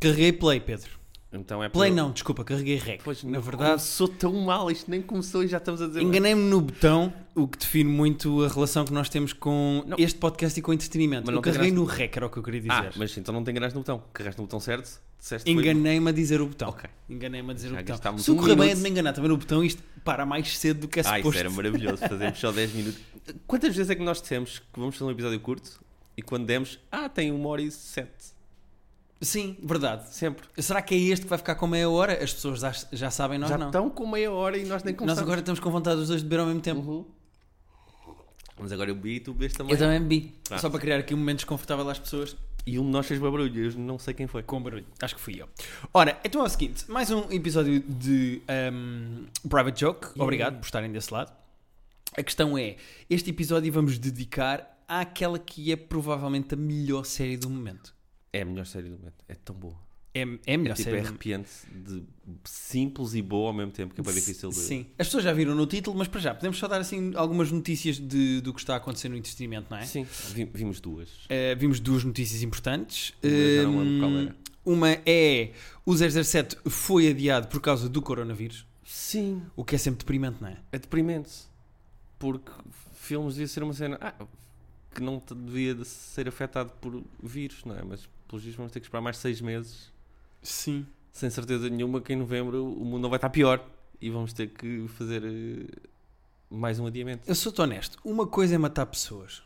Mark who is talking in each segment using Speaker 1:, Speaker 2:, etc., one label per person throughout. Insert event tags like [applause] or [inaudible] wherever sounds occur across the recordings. Speaker 1: Carreguei play, Pedro.
Speaker 2: Então é
Speaker 1: Play
Speaker 2: para-
Speaker 1: não, desculpa, carreguei rec.
Speaker 2: Pois,
Speaker 1: Na verdade,
Speaker 2: Começou tão mal, isto nem começou e já estamos a dizer.
Speaker 1: enganei-me no botão, o que define muito a relação que nós temos com
Speaker 2: Não.
Speaker 1: este podcast e com o entretenimento.
Speaker 2: Mas
Speaker 1: Eu
Speaker 2: não
Speaker 1: carreguei
Speaker 2: carregaste-
Speaker 1: no rec, era o que eu queria
Speaker 2: Ah,
Speaker 1: dizer.
Speaker 2: mas então não te enganaste no botão. Carregaste no botão certo, disseste. foi-
Speaker 1: Enganei-me a dizer o botão.
Speaker 2: Ok.
Speaker 1: Enganei-me a dizer
Speaker 2: Já
Speaker 1: o botão.
Speaker 2: gastámos
Speaker 1: Se eu
Speaker 2: um
Speaker 1: correr bem é
Speaker 2: minuto.
Speaker 1: de me enganar também no botão, isto para mais cedo do que é
Speaker 2: Ah, isso
Speaker 1: suposto.
Speaker 2: era maravilhoso. Fazemos só 10 minutos. Quantas vezes é que nós dissemos que vamos fazer um episódio curto e quando demos, ah, tem 1 hora e 7?
Speaker 1: Sim, verdade.
Speaker 2: Sempre.
Speaker 1: Será que é este que vai ficar com meia hora? As pessoas já, já sabem, nós
Speaker 2: já
Speaker 1: não.
Speaker 2: estão com meia hora e nós nem
Speaker 1: Nós
Speaker 2: começamos. Uhum.
Speaker 1: agora estamos com vontade dos dois de beber ao mesmo tempo.
Speaker 2: Mas agora eu bebi e tu bebeste também.
Speaker 1: Uhum. Eu também bebi.
Speaker 2: Ah.
Speaker 1: Só para criar aqui um momento desconfortável às pessoas.
Speaker 2: E um de nós fez barulho, eu não sei quem foi.
Speaker 1: Com barulho. Acho que fui eu. Ora, então é o seguinte: mais um episódio de um, Private Joke. Obrigado por estarem desse lado. A questão é: este episódio vamos dedicar àquela que é provavelmente a melhor série do momento.
Speaker 2: É a melhor série do momento. É tão boa.
Speaker 1: É, é a melhor
Speaker 2: tipo,
Speaker 1: série.
Speaker 2: é
Speaker 1: do momento.
Speaker 2: arrepiante de simples e boa ao mesmo tempo, que é bem difícil de.
Speaker 1: Sim. As pessoas já viram no título, mas para já, podemos só dar assim algumas notícias de, do que está a acontecer no entretenimento, não é?
Speaker 2: Sim, vi- vimos duas.
Speaker 1: Uh, vimos duas notícias importantes. Ehm,
Speaker 2: Eu já não lembro qual era.
Speaker 1: Uma é o 007 foi adiado por causa do coronavírus,
Speaker 2: Sim,
Speaker 1: o que é sempre deprimente, não é?
Speaker 2: é deprimente. Porque filmes devia ser uma cena ah, que não te- devia de ser afetado por vírus, não é? Mas pelos dias vamos ter que esperar mais seis meses,
Speaker 1: Sim.
Speaker 2: sem certeza nenhuma, que em novembro o mundo não vai estar pior e vamos ter que fazer eh, mais um adiamento.
Speaker 1: Eu sou-te honesto, uma coisa é matar pessoas,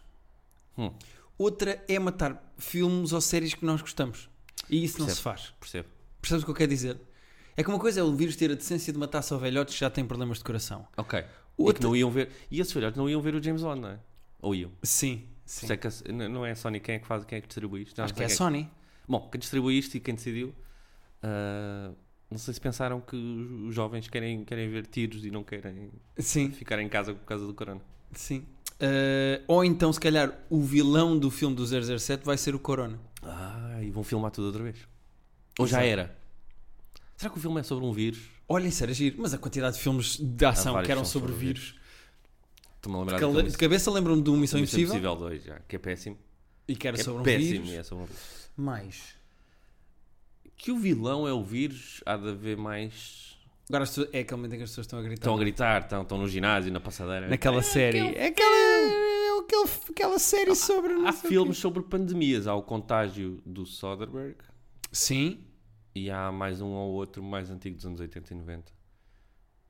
Speaker 2: Hum,
Speaker 1: outra é matar filmes ou séries que nós gostamos. E isso não
Speaker 2: Percebo.
Speaker 1: se faz.
Speaker 2: percebo.
Speaker 1: Percebes o que eu quero dizer? É que uma coisa é o vírus ter a decência de matar só velhotes que já têm problemas de coração.
Speaker 2: Ok. E que
Speaker 1: Outra-
Speaker 2: não iam ver. E esses filhotes não iam ver o James Bond, não é? Ou iam?
Speaker 1: Sim,
Speaker 2: Por
Speaker 1: sim.
Speaker 2: isso é que a- n- não é a Sony quem é que faz, quem é que distribui isto. Não,
Speaker 1: Acho
Speaker 2: não
Speaker 1: que é
Speaker 2: sei
Speaker 1: a
Speaker 2: quem
Speaker 1: Sony.
Speaker 2: Bom, quem distribui isto e quem decidiu, ah, não sei se pensaram que os os jovens querem, querem ver tiros e não querem
Speaker 1: Sim.
Speaker 2: ficar em casa por causa do corona.
Speaker 1: Sim. Eh, ou então, se calhar, o vilão do filme do 007 vai ser o Corona.
Speaker 2: Ah, e vão filmar tudo outra vez. Ou já
Speaker 1: Exato.
Speaker 2: era? Será que o filme é sobre um vírus?
Speaker 1: Olha, isso era giro. Mas a quantidade de filmes de ação
Speaker 2: vários
Speaker 1: que eram
Speaker 2: filmes
Speaker 1: sobre
Speaker 2: sobre
Speaker 1: vírus.
Speaker 2: Estou-me a lembrar
Speaker 1: Porque
Speaker 2: daquele
Speaker 1: de cabeça lembro-me de uma Missão
Speaker 2: Missão
Speaker 1: Impossível.
Speaker 2: Impossível 2, já, que é péssimo.
Speaker 1: E que era
Speaker 2: é
Speaker 1: sobre um
Speaker 2: péssimo,
Speaker 1: vírus.
Speaker 2: é sobre um vírus.
Speaker 1: Mais.
Speaker 2: Que o vilão é o vírus, há de haver mais...
Speaker 1: Agora as pessoas- é aquele momento em que as pessoas estão a gritar.
Speaker 2: Estão a gritar, estão, estão no ginásio, na passadeira.
Speaker 1: Naquela série. É aquela, é aquele- aquela série sobre. não
Speaker 2: Há
Speaker 1: sei o
Speaker 2: filmes sobre pandemias. Há o contágio do Soderbergh.
Speaker 1: quê. Sim.
Speaker 2: E há mais um ou outro mais antigo dos anos 80 e 90.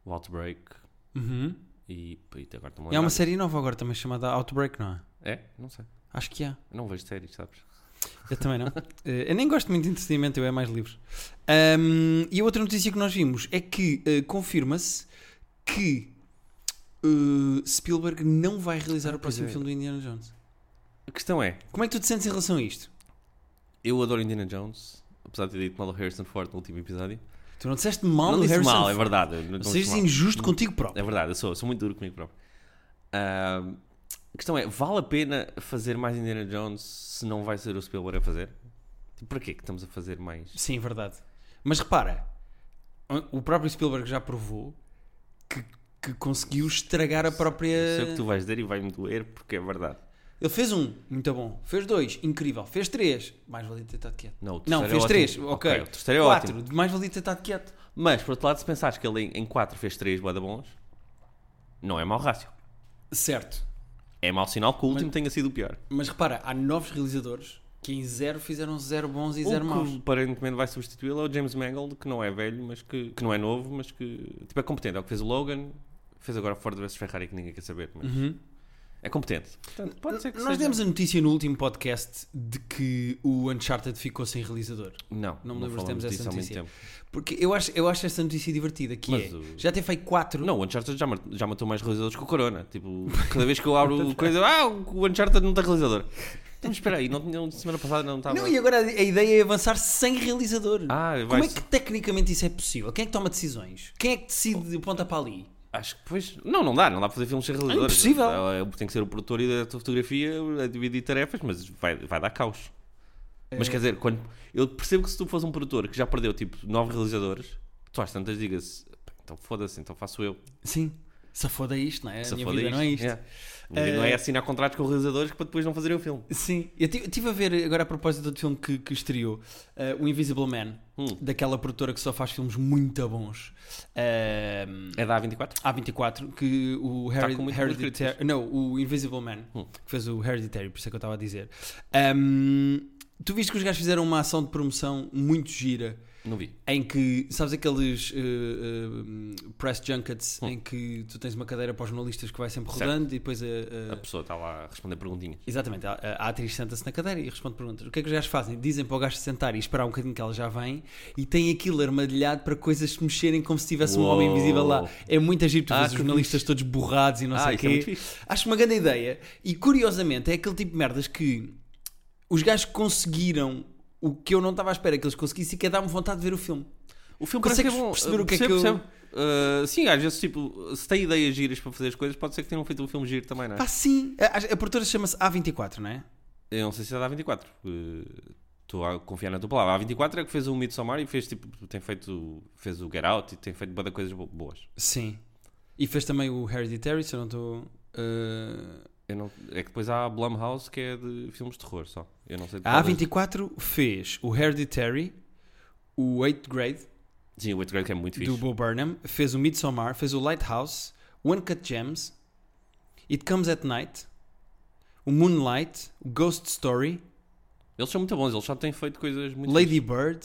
Speaker 2: O Outbreak
Speaker 1: Uhum.
Speaker 2: e. pá, isto agora estou-me a
Speaker 1: E há uma
Speaker 2: lembrar.
Speaker 1: série nova agora também chamada Outbreak, não é?
Speaker 2: É? Não sei.
Speaker 1: Acho que há.
Speaker 2: Eu não vejo séries, sabes?
Speaker 1: Eu
Speaker 2: [laughs]
Speaker 1: também não. Eh, eu nem gosto muito de entretenimento, eu é mais livre. Ahm, e a outra notícia que nós vimos é que eh, confirma-se que eh, Spielberg não vai realizar o próximo
Speaker 2: é.
Speaker 1: filme do Indiana Jones.
Speaker 2: A questão é:
Speaker 1: Como é que tu te sentes em relação a isto?
Speaker 2: eu adoro Indiana Jones, apesar de ter dito mal ao Harrison Ford no último episódio.
Speaker 1: Tu não disseste mal
Speaker 2: não
Speaker 1: do
Speaker 2: disse
Speaker 1: Harrison
Speaker 2: mal, é
Speaker 1: Ford.
Speaker 2: verdade. eu Não, não
Speaker 1: Ou
Speaker 2: disse
Speaker 1: seja,
Speaker 2: mal.
Speaker 1: injusto contigo próprio.
Speaker 2: É verdade, eu sou, sou muito duro comigo próprio. Ahm, a questão é: vale a pena fazer mais Indiana Jones se não vai ser o Spielberg a fazer? Tipo, para quê que estamos a fazer mais?
Speaker 1: Sim, verdade. Mas repara, o próprio Spielberg já provou que, que conseguiu estragar a
Speaker 2: Eu
Speaker 1: própria...
Speaker 2: sei é o que tu vais dizer e vai-me doer porque é verdade.
Speaker 1: Ele fez um, muito bom. Fez dois, incrível. Fez três, mais valia ter estado quieto.
Speaker 2: Não, o
Speaker 1: Não,
Speaker 2: terceiro
Speaker 1: fez
Speaker 2: é
Speaker 1: três,
Speaker 2: ótimo.
Speaker 1: ok.
Speaker 2: O terceiro é
Speaker 1: Quatro,
Speaker 2: ótimo.
Speaker 1: mais valia ter estado quieto.
Speaker 2: Mas, por outro lado, se pensares que ele em- em 4 fez 3 boada bons, não é mau rácio.
Speaker 1: Certo.
Speaker 2: É mau sinal que o último tenha sido o pior.
Speaker 1: Mas repara, há novos realizadores que em zero fizeram zero bons e zero
Speaker 2: o que
Speaker 1: maus.
Speaker 2: aparentemente vai substituí-lo é o James Mangold, que não é velho, mas que, que não é novo, mas que tipo, é competente. É o que fez o Logan, fez agora Ford vs Ferrari, que ninguém quer saber, mas
Speaker 1: Uhum.
Speaker 2: é competente. Portanto, pode ser que
Speaker 1: Nós
Speaker 2: seja-
Speaker 1: demos a notícia no último podcast de que o Uncharted ficou sem realizador.
Speaker 2: Não,
Speaker 1: Não
Speaker 2: não,
Speaker 1: me lembro se
Speaker 2: falamos
Speaker 1: temos essa
Speaker 2: disso ao mesmo
Speaker 1: notícia.
Speaker 2: tempo.
Speaker 1: Porque eu acho, eu acho essa notícia divertida, que
Speaker 2: Mas
Speaker 1: é,
Speaker 2: o-
Speaker 1: já ter feito quatro...
Speaker 2: Não, o Uncharted já, mar- já matou mais realizadores que o Corona. Tipo,
Speaker 1: [laughs]
Speaker 2: cada vez que eu abro coisa, ah, o Uncharted não tem realizador. Então, espera aí, não, tinha- semana passada não estava.
Speaker 1: Não, e agora a a ideia é avançar sem realizador.
Speaker 2: Tá Ah,
Speaker 1: Como
Speaker 2: vai-
Speaker 1: é que tecnicamente isso é possível? Quem é que toma decisões? Quem é que decide de ponta para ali?
Speaker 2: Acho que pois. Não, não dá, não dá para fazer filmes sem realizadores.
Speaker 1: impossível.
Speaker 2: É, Tem que ser o produtor e o diretor de fotografia a dividir tarefas, mas vai, vai dar caos.
Speaker 1: É.
Speaker 2: Mas quer dizer, quando, eu percebo que se tu fores um produtor que já perdeu tipo nove realizadores, tu às tantas digas, "Pá, então foda-se, então faço eu.
Speaker 1: Sim. Se foda isto, não é? A
Speaker 2: Se
Speaker 1: minha
Speaker 2: foda
Speaker 1: vida não é isto.
Speaker 2: Yeah. Ninguém-
Speaker 1: Eh,
Speaker 2: Não é assinar contratos com realizadores que para depois não fazerem o filme.
Speaker 1: Sim, eu estive a ver agora a propósito do outro filme que, que estreou, eh, o Invisible Man,
Speaker 2: Hum.
Speaker 1: daquela produtora que só faz filmes muito bons. Eh, Ahm,
Speaker 2: É da A24?
Speaker 1: A24, que o Harry,
Speaker 2: Tá com muito boas críticas.
Speaker 1: Hereditary. Não, o Invisible Man,
Speaker 2: Hum.
Speaker 1: que fez o Hereditary, por isso é que eu estava a dizer. Ahm, tu viste que os gajos fizeram uma ação de promoção muito gira,
Speaker 2: Não vi.
Speaker 1: em que, sabes aqueles eh, eh, press junkets em que tu tens uma cadeira para os jornalistas que vai sempre
Speaker 2: Hum. Certo.
Speaker 1: rodando e depois a- a-
Speaker 2: A pessoa está lá a responder perguntinhas.
Speaker 1: Exatamente, a, a- a atriz senta-se na cadeira e responde perguntas. O que é que os gajos fazem? Dizem para o gajo se sentar e esperar um bocadinho que ela já vem e tem aquilo armadilhado para coisas se mexerem como se tivesse um
Speaker 2: Uou.
Speaker 1: homem invisível lá. É muito agir, tu
Speaker 2: Ah,
Speaker 1: vês os
Speaker 2: que
Speaker 1: jornalistas todos borrados e não
Speaker 2: Ah,
Speaker 1: sei o
Speaker 2: isso
Speaker 1: quê.
Speaker 2: é muito fixe.
Speaker 1: Acho uma grande ideia e curiosamente é aquele tipo de merdas que os gajos conseguiram o que eu não estava à espera que eles conseguissem, que é dar-me vontade de ver o filme.
Speaker 2: O filme
Speaker 1: Consegues
Speaker 2: parece que é bom.
Speaker 1: perceber o que é
Speaker 2: Percebo,
Speaker 1: que eu-
Speaker 2: percebo. Ah, sim, às vezes, tipo, se tem ideias giras para fazer as coisas, pode ser que tenham feito um filme giro também, não é?
Speaker 1: Pá, sim, a, a produtora chama-se A24, não é?
Speaker 2: Eu não sei se é da A24. eh, Estou a confiar na tua palavra. A A24 é que fez o Midsommar e fez, tipo, tem feito, fez o Get Out e tem feito boa coisas bo- boas.
Speaker 1: Sim. E fez também o Hereditary, se eu não estou. eh,
Speaker 2: Eu não- é que depois há a Blumhouse que é de filmes de terror só. Eu não sei de
Speaker 1: A
Speaker 2: qual das-
Speaker 1: A24 fez o Hereditary, o 8th Grade
Speaker 2: Sim, o 8 Grade que é muito fixe.
Speaker 1: do Bo Burnham, fez o Midsommar, fez o Lighthouse, o Uncut Gems, It Comes at Night, o Moonlight, o Ghost Story,
Speaker 2: Eles são muito bons, eles só têm feito coisas muito
Speaker 1: Lady Bird.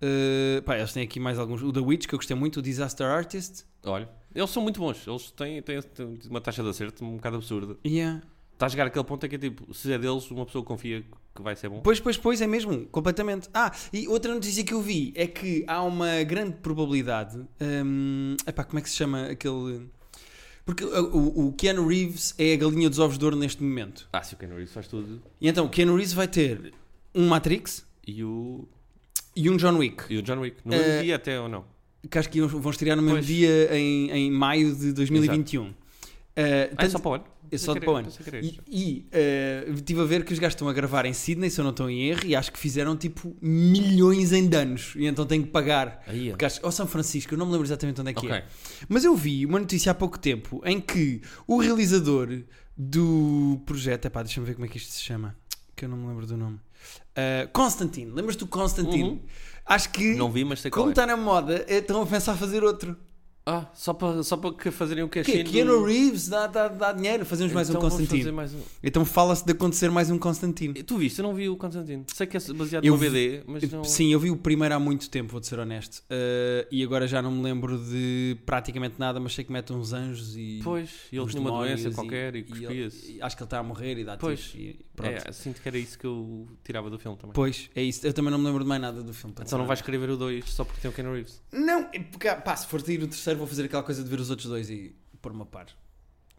Speaker 1: eh, pá, eles têm aqui mais alguns. O The Witch, que eu gostei muito, o Disaster Artist.
Speaker 2: fixe. Olha, eles são muito bons. Eles têm, têm, têm uma taxa de acerto um bocado absurda.
Speaker 1: Yeah.
Speaker 2: Está a chegar àquele ponto em que é tipo, se é deles, uma pessoa confia que vai ser bom.
Speaker 1: Pois, pois, pois, é mesmo, completamente. Ah, e outra notícia que eu vi é que há uma grande probabilidade. hum, epá, como é que se chama aquele. Porque o, o- o Keanu Reeves é a galinha dos ovos de ouro neste momento.
Speaker 2: Ah, se o Ken Reeves faz tudo.
Speaker 1: E então o Keanu Reeves vai ter um Matrix
Speaker 2: E o,
Speaker 1: e um John Wick,
Speaker 2: e o John Wick. No
Speaker 1: Eh,
Speaker 2: mesmo dia até ou não? Ah, é
Speaker 1: que acho que iam- vão estrear no mesmo
Speaker 2: Pois.
Speaker 1: dia em, em maio de 2021. Uh,
Speaker 2: Ah, é só para o ano?
Speaker 1: é só
Speaker 2: Sem
Speaker 1: para o ano.
Speaker 2: querer, sem querer.
Speaker 1: um. E, e eh, tive a ver que os gajos estão a gravar em Sydney, se eu não estou em erro, e acho que fizeram tipo milhões em danos. E então tenho que pagar.
Speaker 2: Aí, é.
Speaker 1: Porque acho- ou São Francisco, eu não me lembro exatamente onde é que
Speaker 2: Ok.
Speaker 1: é. Mas eu vi uma notícia há pouco tempo em que o realizador do projeto, epá, deixa-me ver como é que isto se chama, que eu não me lembro do nome. Ah, Constantine, lembras-te do Constantine?
Speaker 2: Uhum.
Speaker 1: Acho que,
Speaker 2: Não vi, mas sei qual
Speaker 1: como
Speaker 2: é.
Speaker 1: está na moda, eh, estão a pensar fazer outro.
Speaker 2: Ah, só para, só para que fazerem o que é
Speaker 1: O quê? Keanu Reeves dá, dá, dá dinheiro, fazemos mais um
Speaker 2: Então
Speaker 1: Constantine. Então fala-se de acontecer mais um Constantine.
Speaker 2: Tu viste, eu não vi o Constantino. Sei que é baseado
Speaker 1: Eu
Speaker 2: no
Speaker 1: vi-
Speaker 2: BD, mas não.
Speaker 1: Sim, eu vi o primeiro há muito tempo, vou-te ser honesto. Ah, e agora já não me lembro de praticamente nada, mas sei que mete uns anjos e.
Speaker 2: Pois, ele
Speaker 1: uns
Speaker 2: tinha uma
Speaker 1: demónios
Speaker 2: doença qualquer e
Speaker 1: ele-
Speaker 2: cuspia-se.
Speaker 1: e Acho que ele está a morrer e dá
Speaker 2: Pois.
Speaker 1: tiros. E, pronto.
Speaker 2: É, sinto que era isso que eu tirava do filme também.
Speaker 1: Pois, é isso. Eu também não me lembro de mais nada do filme. pra
Speaker 2: Então não
Speaker 1: ser
Speaker 2: vais querer ver o 2 só porque tem o Ken Reeves.
Speaker 1: honesto. Não, é porque, pá, se for sair o terceiro, vou fazer aquela coisa de ver os outros dois e pôr-me a par.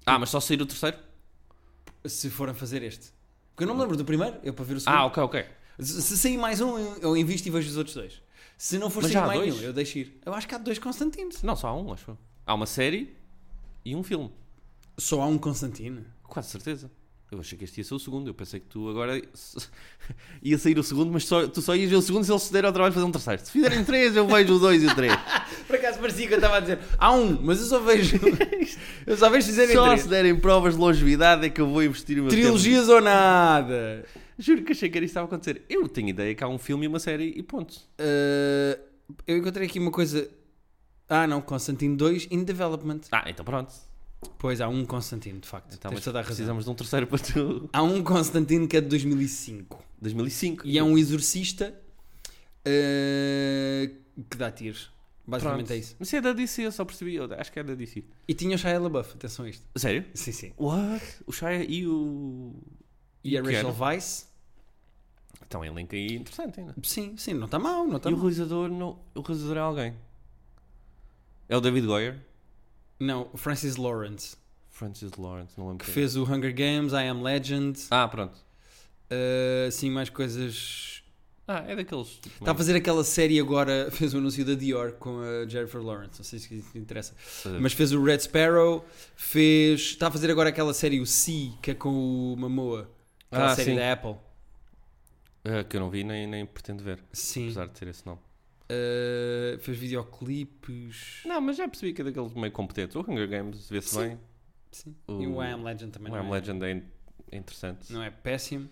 Speaker 2: Ah, mas só sair o terceiro?
Speaker 1: Se forem fazer este. Porque eu não me lembro do primeiro, eu para ver o segundo.
Speaker 2: Ah, ok, ok.
Speaker 1: Se se sair mais um, eu- eu invisto e vejo os outros dois. Se não for
Speaker 2: Mas
Speaker 1: sair
Speaker 2: já há
Speaker 1: mais
Speaker 2: dois?
Speaker 1: nenhum, eu deixo ir. Eu acho que há dois Constantinos.
Speaker 2: Não, só há um, acho eu. Há uma série e um filme.
Speaker 1: Só há um Constantino.
Speaker 2: Quase certeza. Eu achei que este ia ser o segundo. Eu pensei que tu agora [laughs] ia sair o segundo, mas só- tu só ias ver o segundo se eles se deram ao trabalho de fazer um terceiro. Se fizerem três, eu vejo o dois e
Speaker 1: [laughs]
Speaker 2: o três.
Speaker 1: Por acaso parecia que eu estava a dizer há um, mas eu só vejo. [laughs] eu só vejo fizerem
Speaker 2: Só
Speaker 1: três.
Speaker 2: se derem provas de longevidade é que eu vou investir o meu
Speaker 1: Trilogias ou nada.
Speaker 2: tempo. Juro que achei que era isso que estava a acontecer. Eu tenho ideia que há um filme e uma série e ponto.
Speaker 1: Uh, eu encontrei aqui uma coisa. Ah, não, Constantino 2 in development.
Speaker 2: Ah, então pronto.
Speaker 1: Pois há um Constantino, de facto.
Speaker 2: Então,
Speaker 1: Tens
Speaker 2: mas
Speaker 1: toda a razão.
Speaker 2: precisamos de um terceiro para tu. [laughs]
Speaker 1: Há um Constantino que é de 2005
Speaker 2: 2005.
Speaker 1: e é um exorcista uh, que dá tiros. Basicamente
Speaker 2: Pronto.
Speaker 1: é isso.
Speaker 2: Mas é da DC, eu só percebi. Eu acho que é da DC.
Speaker 1: E tinha o Shia LaBeouf, atenção a isto.
Speaker 2: Sério?
Speaker 1: Sim, sim.
Speaker 2: What? O Shia e o.
Speaker 1: E a
Speaker 2: o Keanu?
Speaker 1: Rachel Weisz?
Speaker 2: Então, um link aí interessante ainda.
Speaker 1: Sim, sim, não está mal, não está
Speaker 2: e o
Speaker 1: mal.
Speaker 2: realizador, não, o realizador é alguém. É o David Goyer?
Speaker 1: Não, o Francis Lawrence,
Speaker 2: Francis Lawrence, não lembro.
Speaker 1: que
Speaker 2: quem é.
Speaker 1: fez o Hunger Games, I Am Legend,
Speaker 2: Ah, pronto.
Speaker 1: uh, sim, mais coisas.
Speaker 2: Ah, é daqueles. tipo,
Speaker 1: Está Tá a
Speaker 2: meio-
Speaker 1: fazer aquela série agora, [laughs] fez o anúncio da Dior com a Jennifer Lawrence, não sei se isso te interessa. Mas fez o Red Sparrow, fez. Está a fazer agora aquela série, o Sea, que é com o Mamoa, aquela
Speaker 2: Ah,
Speaker 1: série
Speaker 2: sim.
Speaker 1: da Apple.
Speaker 2: Ah, que eu não vi nem, nem pretendo ver,
Speaker 1: Sim.
Speaker 2: apesar de ter esse nome.
Speaker 1: Uh, fez videoclipes.
Speaker 2: Não, mas já percebi que é daqueles meio competentes. O Hunger Games vê-se
Speaker 1: Sim.
Speaker 2: bem.
Speaker 1: Sim. E o I Am Legend também
Speaker 2: O
Speaker 1: não,
Speaker 2: I'm
Speaker 1: é,
Speaker 2: Legend é in- interessante.
Speaker 1: não é péssimo.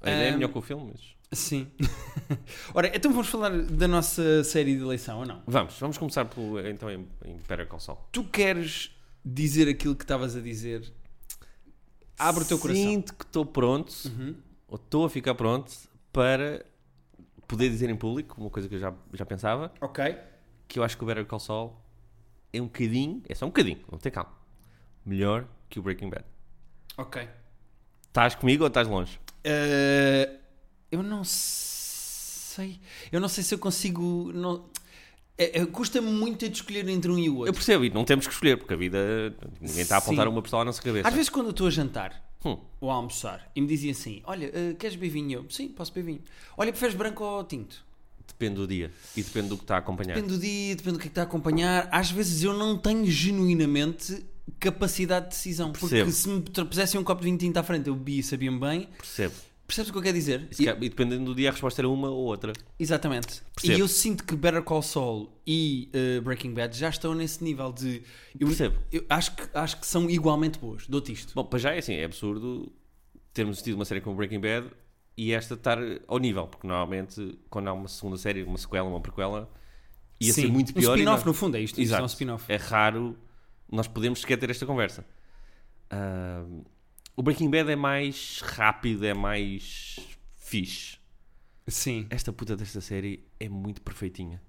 Speaker 2: A ideia é
Speaker 1: Ahm,
Speaker 2: melhor que o filme, mas.
Speaker 1: Sim. [laughs] Ora, então vamos falar da nossa série de eleição, ou não?
Speaker 2: Vamos, vamos começar pelo então em Império Console.
Speaker 1: Tu queres dizer aquilo que estavas a dizer? Abre o teu coração.
Speaker 2: Sinto que estou pronto,
Speaker 1: Uhum.
Speaker 2: ou estou a ficar pronto, para poder dizer em público, uma coisa que eu já, já pensava,
Speaker 1: Ok.
Speaker 2: que eu acho que o Better Call Saul é um bocadinho, é só um bocadinho, vamos ter calma, melhor que o Breaking Bad.
Speaker 1: Ok.
Speaker 2: Estás comigo ou estás longe?
Speaker 1: Eh, eu não sei. Eu não sei se eu consigo. Não... É- é- Custa-me muito a de escolher entre um e o
Speaker 2: Eu
Speaker 1: outro.
Speaker 2: percebo, e não temos que escolher, porque a vida, ninguém está a apontar
Speaker 1: Sim.
Speaker 2: uma pessoa à nossa cabeça.
Speaker 1: Às vezes, quando eu estou a jantar
Speaker 2: Hum.
Speaker 1: ou a almoçar e me dizem assim: Olha, eh, queres beber vinho? Eu, Sim, posso beber vinho. Olha, preferes branco ou tinto?
Speaker 2: Depende do dia e depende do que está a acompanhar.
Speaker 1: Depende do dia, depende do que é que está a acompanhar. Às vezes eu não tenho genuinamente capacidade de decisão. Porque
Speaker 2: Percebo.
Speaker 1: se me pusessem um copo de vinho tinto à frente, eu bebia e sabia-me bem.
Speaker 2: Percebo.
Speaker 1: Percebes o que eu quero dizer?
Speaker 2: E, se calhar- e dependendo do dia a resposta era uma ou outra.
Speaker 1: Exatamente.
Speaker 2: Percebo.
Speaker 1: E eu sinto que Better Call Saul e eh, Breaking Bad já estão nesse nível de. Eu,
Speaker 2: Percebo.
Speaker 1: eu acho, que, acho que são igualmente boas. Dou-te isto.
Speaker 2: Bom, para já é assim, é absurdo termos tido uma série como Breaking Bad e esta estar ao nível, porque normalmente quando há uma segunda série, uma sequela, uma prequela, ia
Speaker 1: Sim.
Speaker 2: ser muito pior.
Speaker 1: Um
Speaker 2: e
Speaker 1: spin-off,
Speaker 2: não-
Speaker 1: no fundo, é isto. Isto
Speaker 2: Exato.
Speaker 1: é um spin-off.
Speaker 2: É raro nós podemos sequer ter esta conversa. Ah, o Breaking Bad é mais rápido, é mais fixe. É.
Speaker 1: Sim.
Speaker 2: Esta puta desta série é muito perfeitinha.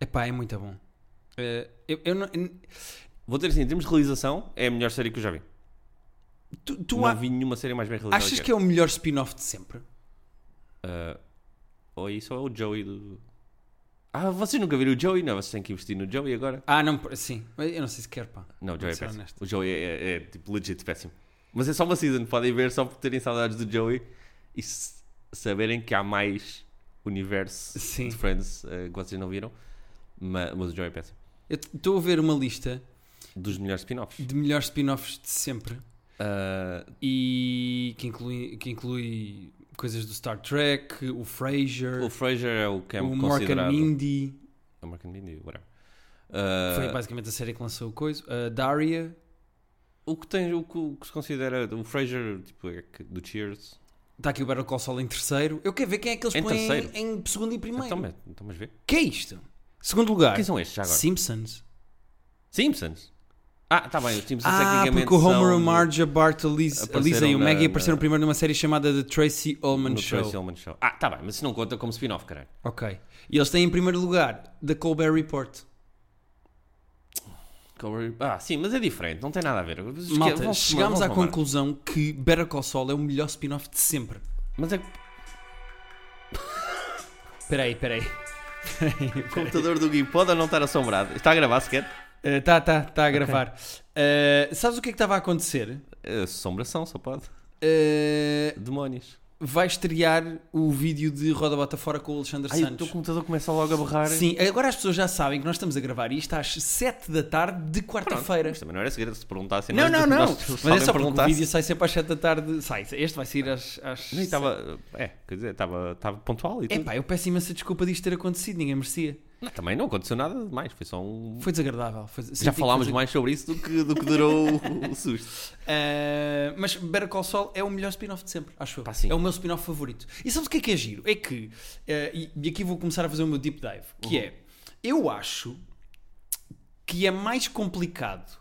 Speaker 1: Epá, é muito bom. Eh, eu, eu não-
Speaker 2: Vou dizer assim, em termos de realização, é a melhor série que eu já vi.
Speaker 1: tu tu
Speaker 2: não
Speaker 1: a-
Speaker 2: vi nenhuma série mais bem realizada.
Speaker 1: achas
Speaker 2: que
Speaker 1: que é o melhor spin-off de sempre?
Speaker 2: Ah, ou isso ou é o Joey do. Ah, vocês nunca viram o Joey? Não, vocês têm que investir no Joey agora.
Speaker 1: Ah, não, por- sim. Eu não sei se quero, pá.
Speaker 2: Não, o Joey é
Speaker 1: Vou ser
Speaker 2: péssimo.
Speaker 1: honesto.
Speaker 2: O Joey é, é- é, tipo legit péssimo. Mas é só uma season, podem ver só por terem saudades do Joey e s- saberem que há mais universo
Speaker 1: Sim.
Speaker 2: de Friends ah, que vocês não viram. Ma- Mas, o Joey é péssimo.
Speaker 1: Eu estou a ver uma lista
Speaker 2: Dos melhores spin-offs.
Speaker 1: de melhores spin-offs de sempre.
Speaker 2: Ah,
Speaker 1: e que inclui, que inclui coisas do Star Trek, o Frasier,
Speaker 2: o Frasier é o que é
Speaker 1: o Mork and
Speaker 2: considerado. É
Speaker 1: Mindy,
Speaker 2: O Mork and Mindy, whatever. Ah,
Speaker 1: foi basicamente a série que lançou o coisa, a Daria,
Speaker 2: o, que tem, o, que, o que se considera. O Frasier, tipo, é que- do Cheers.
Speaker 1: está Tá aqui o Battle Call Saul em terceiro. Eu quero ver quem é que eles
Speaker 2: Em
Speaker 1: põem
Speaker 2: terceiro?
Speaker 1: em, segundo e Ah. primeiro.
Speaker 2: Então, mas- então, mas vê.
Speaker 1: Que é isto? Segundo lugar,
Speaker 2: Quem são estes já agora?
Speaker 1: Simpsons.
Speaker 2: Simpsons. Ah, tá bem, os Simpsons
Speaker 1: Ah,
Speaker 2: tecnicamente
Speaker 1: porque o Homer,
Speaker 2: são
Speaker 1: o Marge, a Bart, a Liz- a Lisa e o
Speaker 2: apareceram
Speaker 1: Maggie
Speaker 2: na-
Speaker 1: apareceram
Speaker 2: na-
Speaker 1: primeiro numa série chamada The Tracy
Speaker 2: no,
Speaker 1: Ullman
Speaker 2: no
Speaker 1: Show.
Speaker 2: Tracy Ullman Show. Ah, tá bem, mas isso não conta como spin-off, caralho.
Speaker 1: Ok. E eles têm em primeiro lugar The Colbert Report.
Speaker 2: Cover- Ah, sim, mas é diferente, não tem nada a ver. Esque-
Speaker 1: Malta,
Speaker 2: vão-se-
Speaker 1: chegámos
Speaker 2: vão-se
Speaker 1: à
Speaker 2: mamar.
Speaker 1: conclusão que Better Call Saul é o melhor spin-off de sempre.
Speaker 2: Mas é que
Speaker 1: Peraí, peraí. [laughs]
Speaker 2: o computador do Gui pode ou não estar assombrado? Está a gravar sequer?
Speaker 1: Está, tá, tá a gravar. Uh, sabes o que é que estava a acontecer?
Speaker 2: Eh, Assombração, só pode.
Speaker 1: Uh,
Speaker 2: Demónios.
Speaker 1: vai estrear o vídeo de Roda Bota Fora com o Alexandre
Speaker 2: Ai, o teu
Speaker 1: Santos.
Speaker 2: computador começa logo a borrar.
Speaker 1: Sim, agora as pessoas já sabem que nós estamos a gravar isto às 7 da tarde de quarta-feira.
Speaker 2: Mas também não era segredo se perguntassem.
Speaker 1: Não,
Speaker 2: nós-
Speaker 1: não, não.
Speaker 2: nós-
Speaker 1: Mas
Speaker 2: se
Speaker 1: é
Speaker 2: alguém
Speaker 1: só porque o
Speaker 2: perguntasse-
Speaker 1: vídeo sai sempre às 7 da tarde. Sai, este vai sair às. às
Speaker 2: Nem estava. É, quer dizer, estava estava pontual e tudo.
Speaker 1: Epá, eu peço imensa desculpa disto ter acontecido, ninguém merecia.
Speaker 2: Não, também não aconteceu nada demais, foi só um.
Speaker 1: Foi desagradável. foi- senti
Speaker 2: Já
Speaker 1: que
Speaker 2: falámos
Speaker 1: foi-
Speaker 2: mais sobre isso do que, do que durou o- o susto.
Speaker 1: Uh, mas Better Call Saul é o melhor spin-off de sempre, acho eu.
Speaker 2: Pá, sim.
Speaker 1: É o meu spin-off favorito. E sabes o que é que é giro? É que, uh, e, e aqui vou começar a fazer o meu deep dive, que
Speaker 2: Uhum.
Speaker 1: é, eu acho que é mais complicado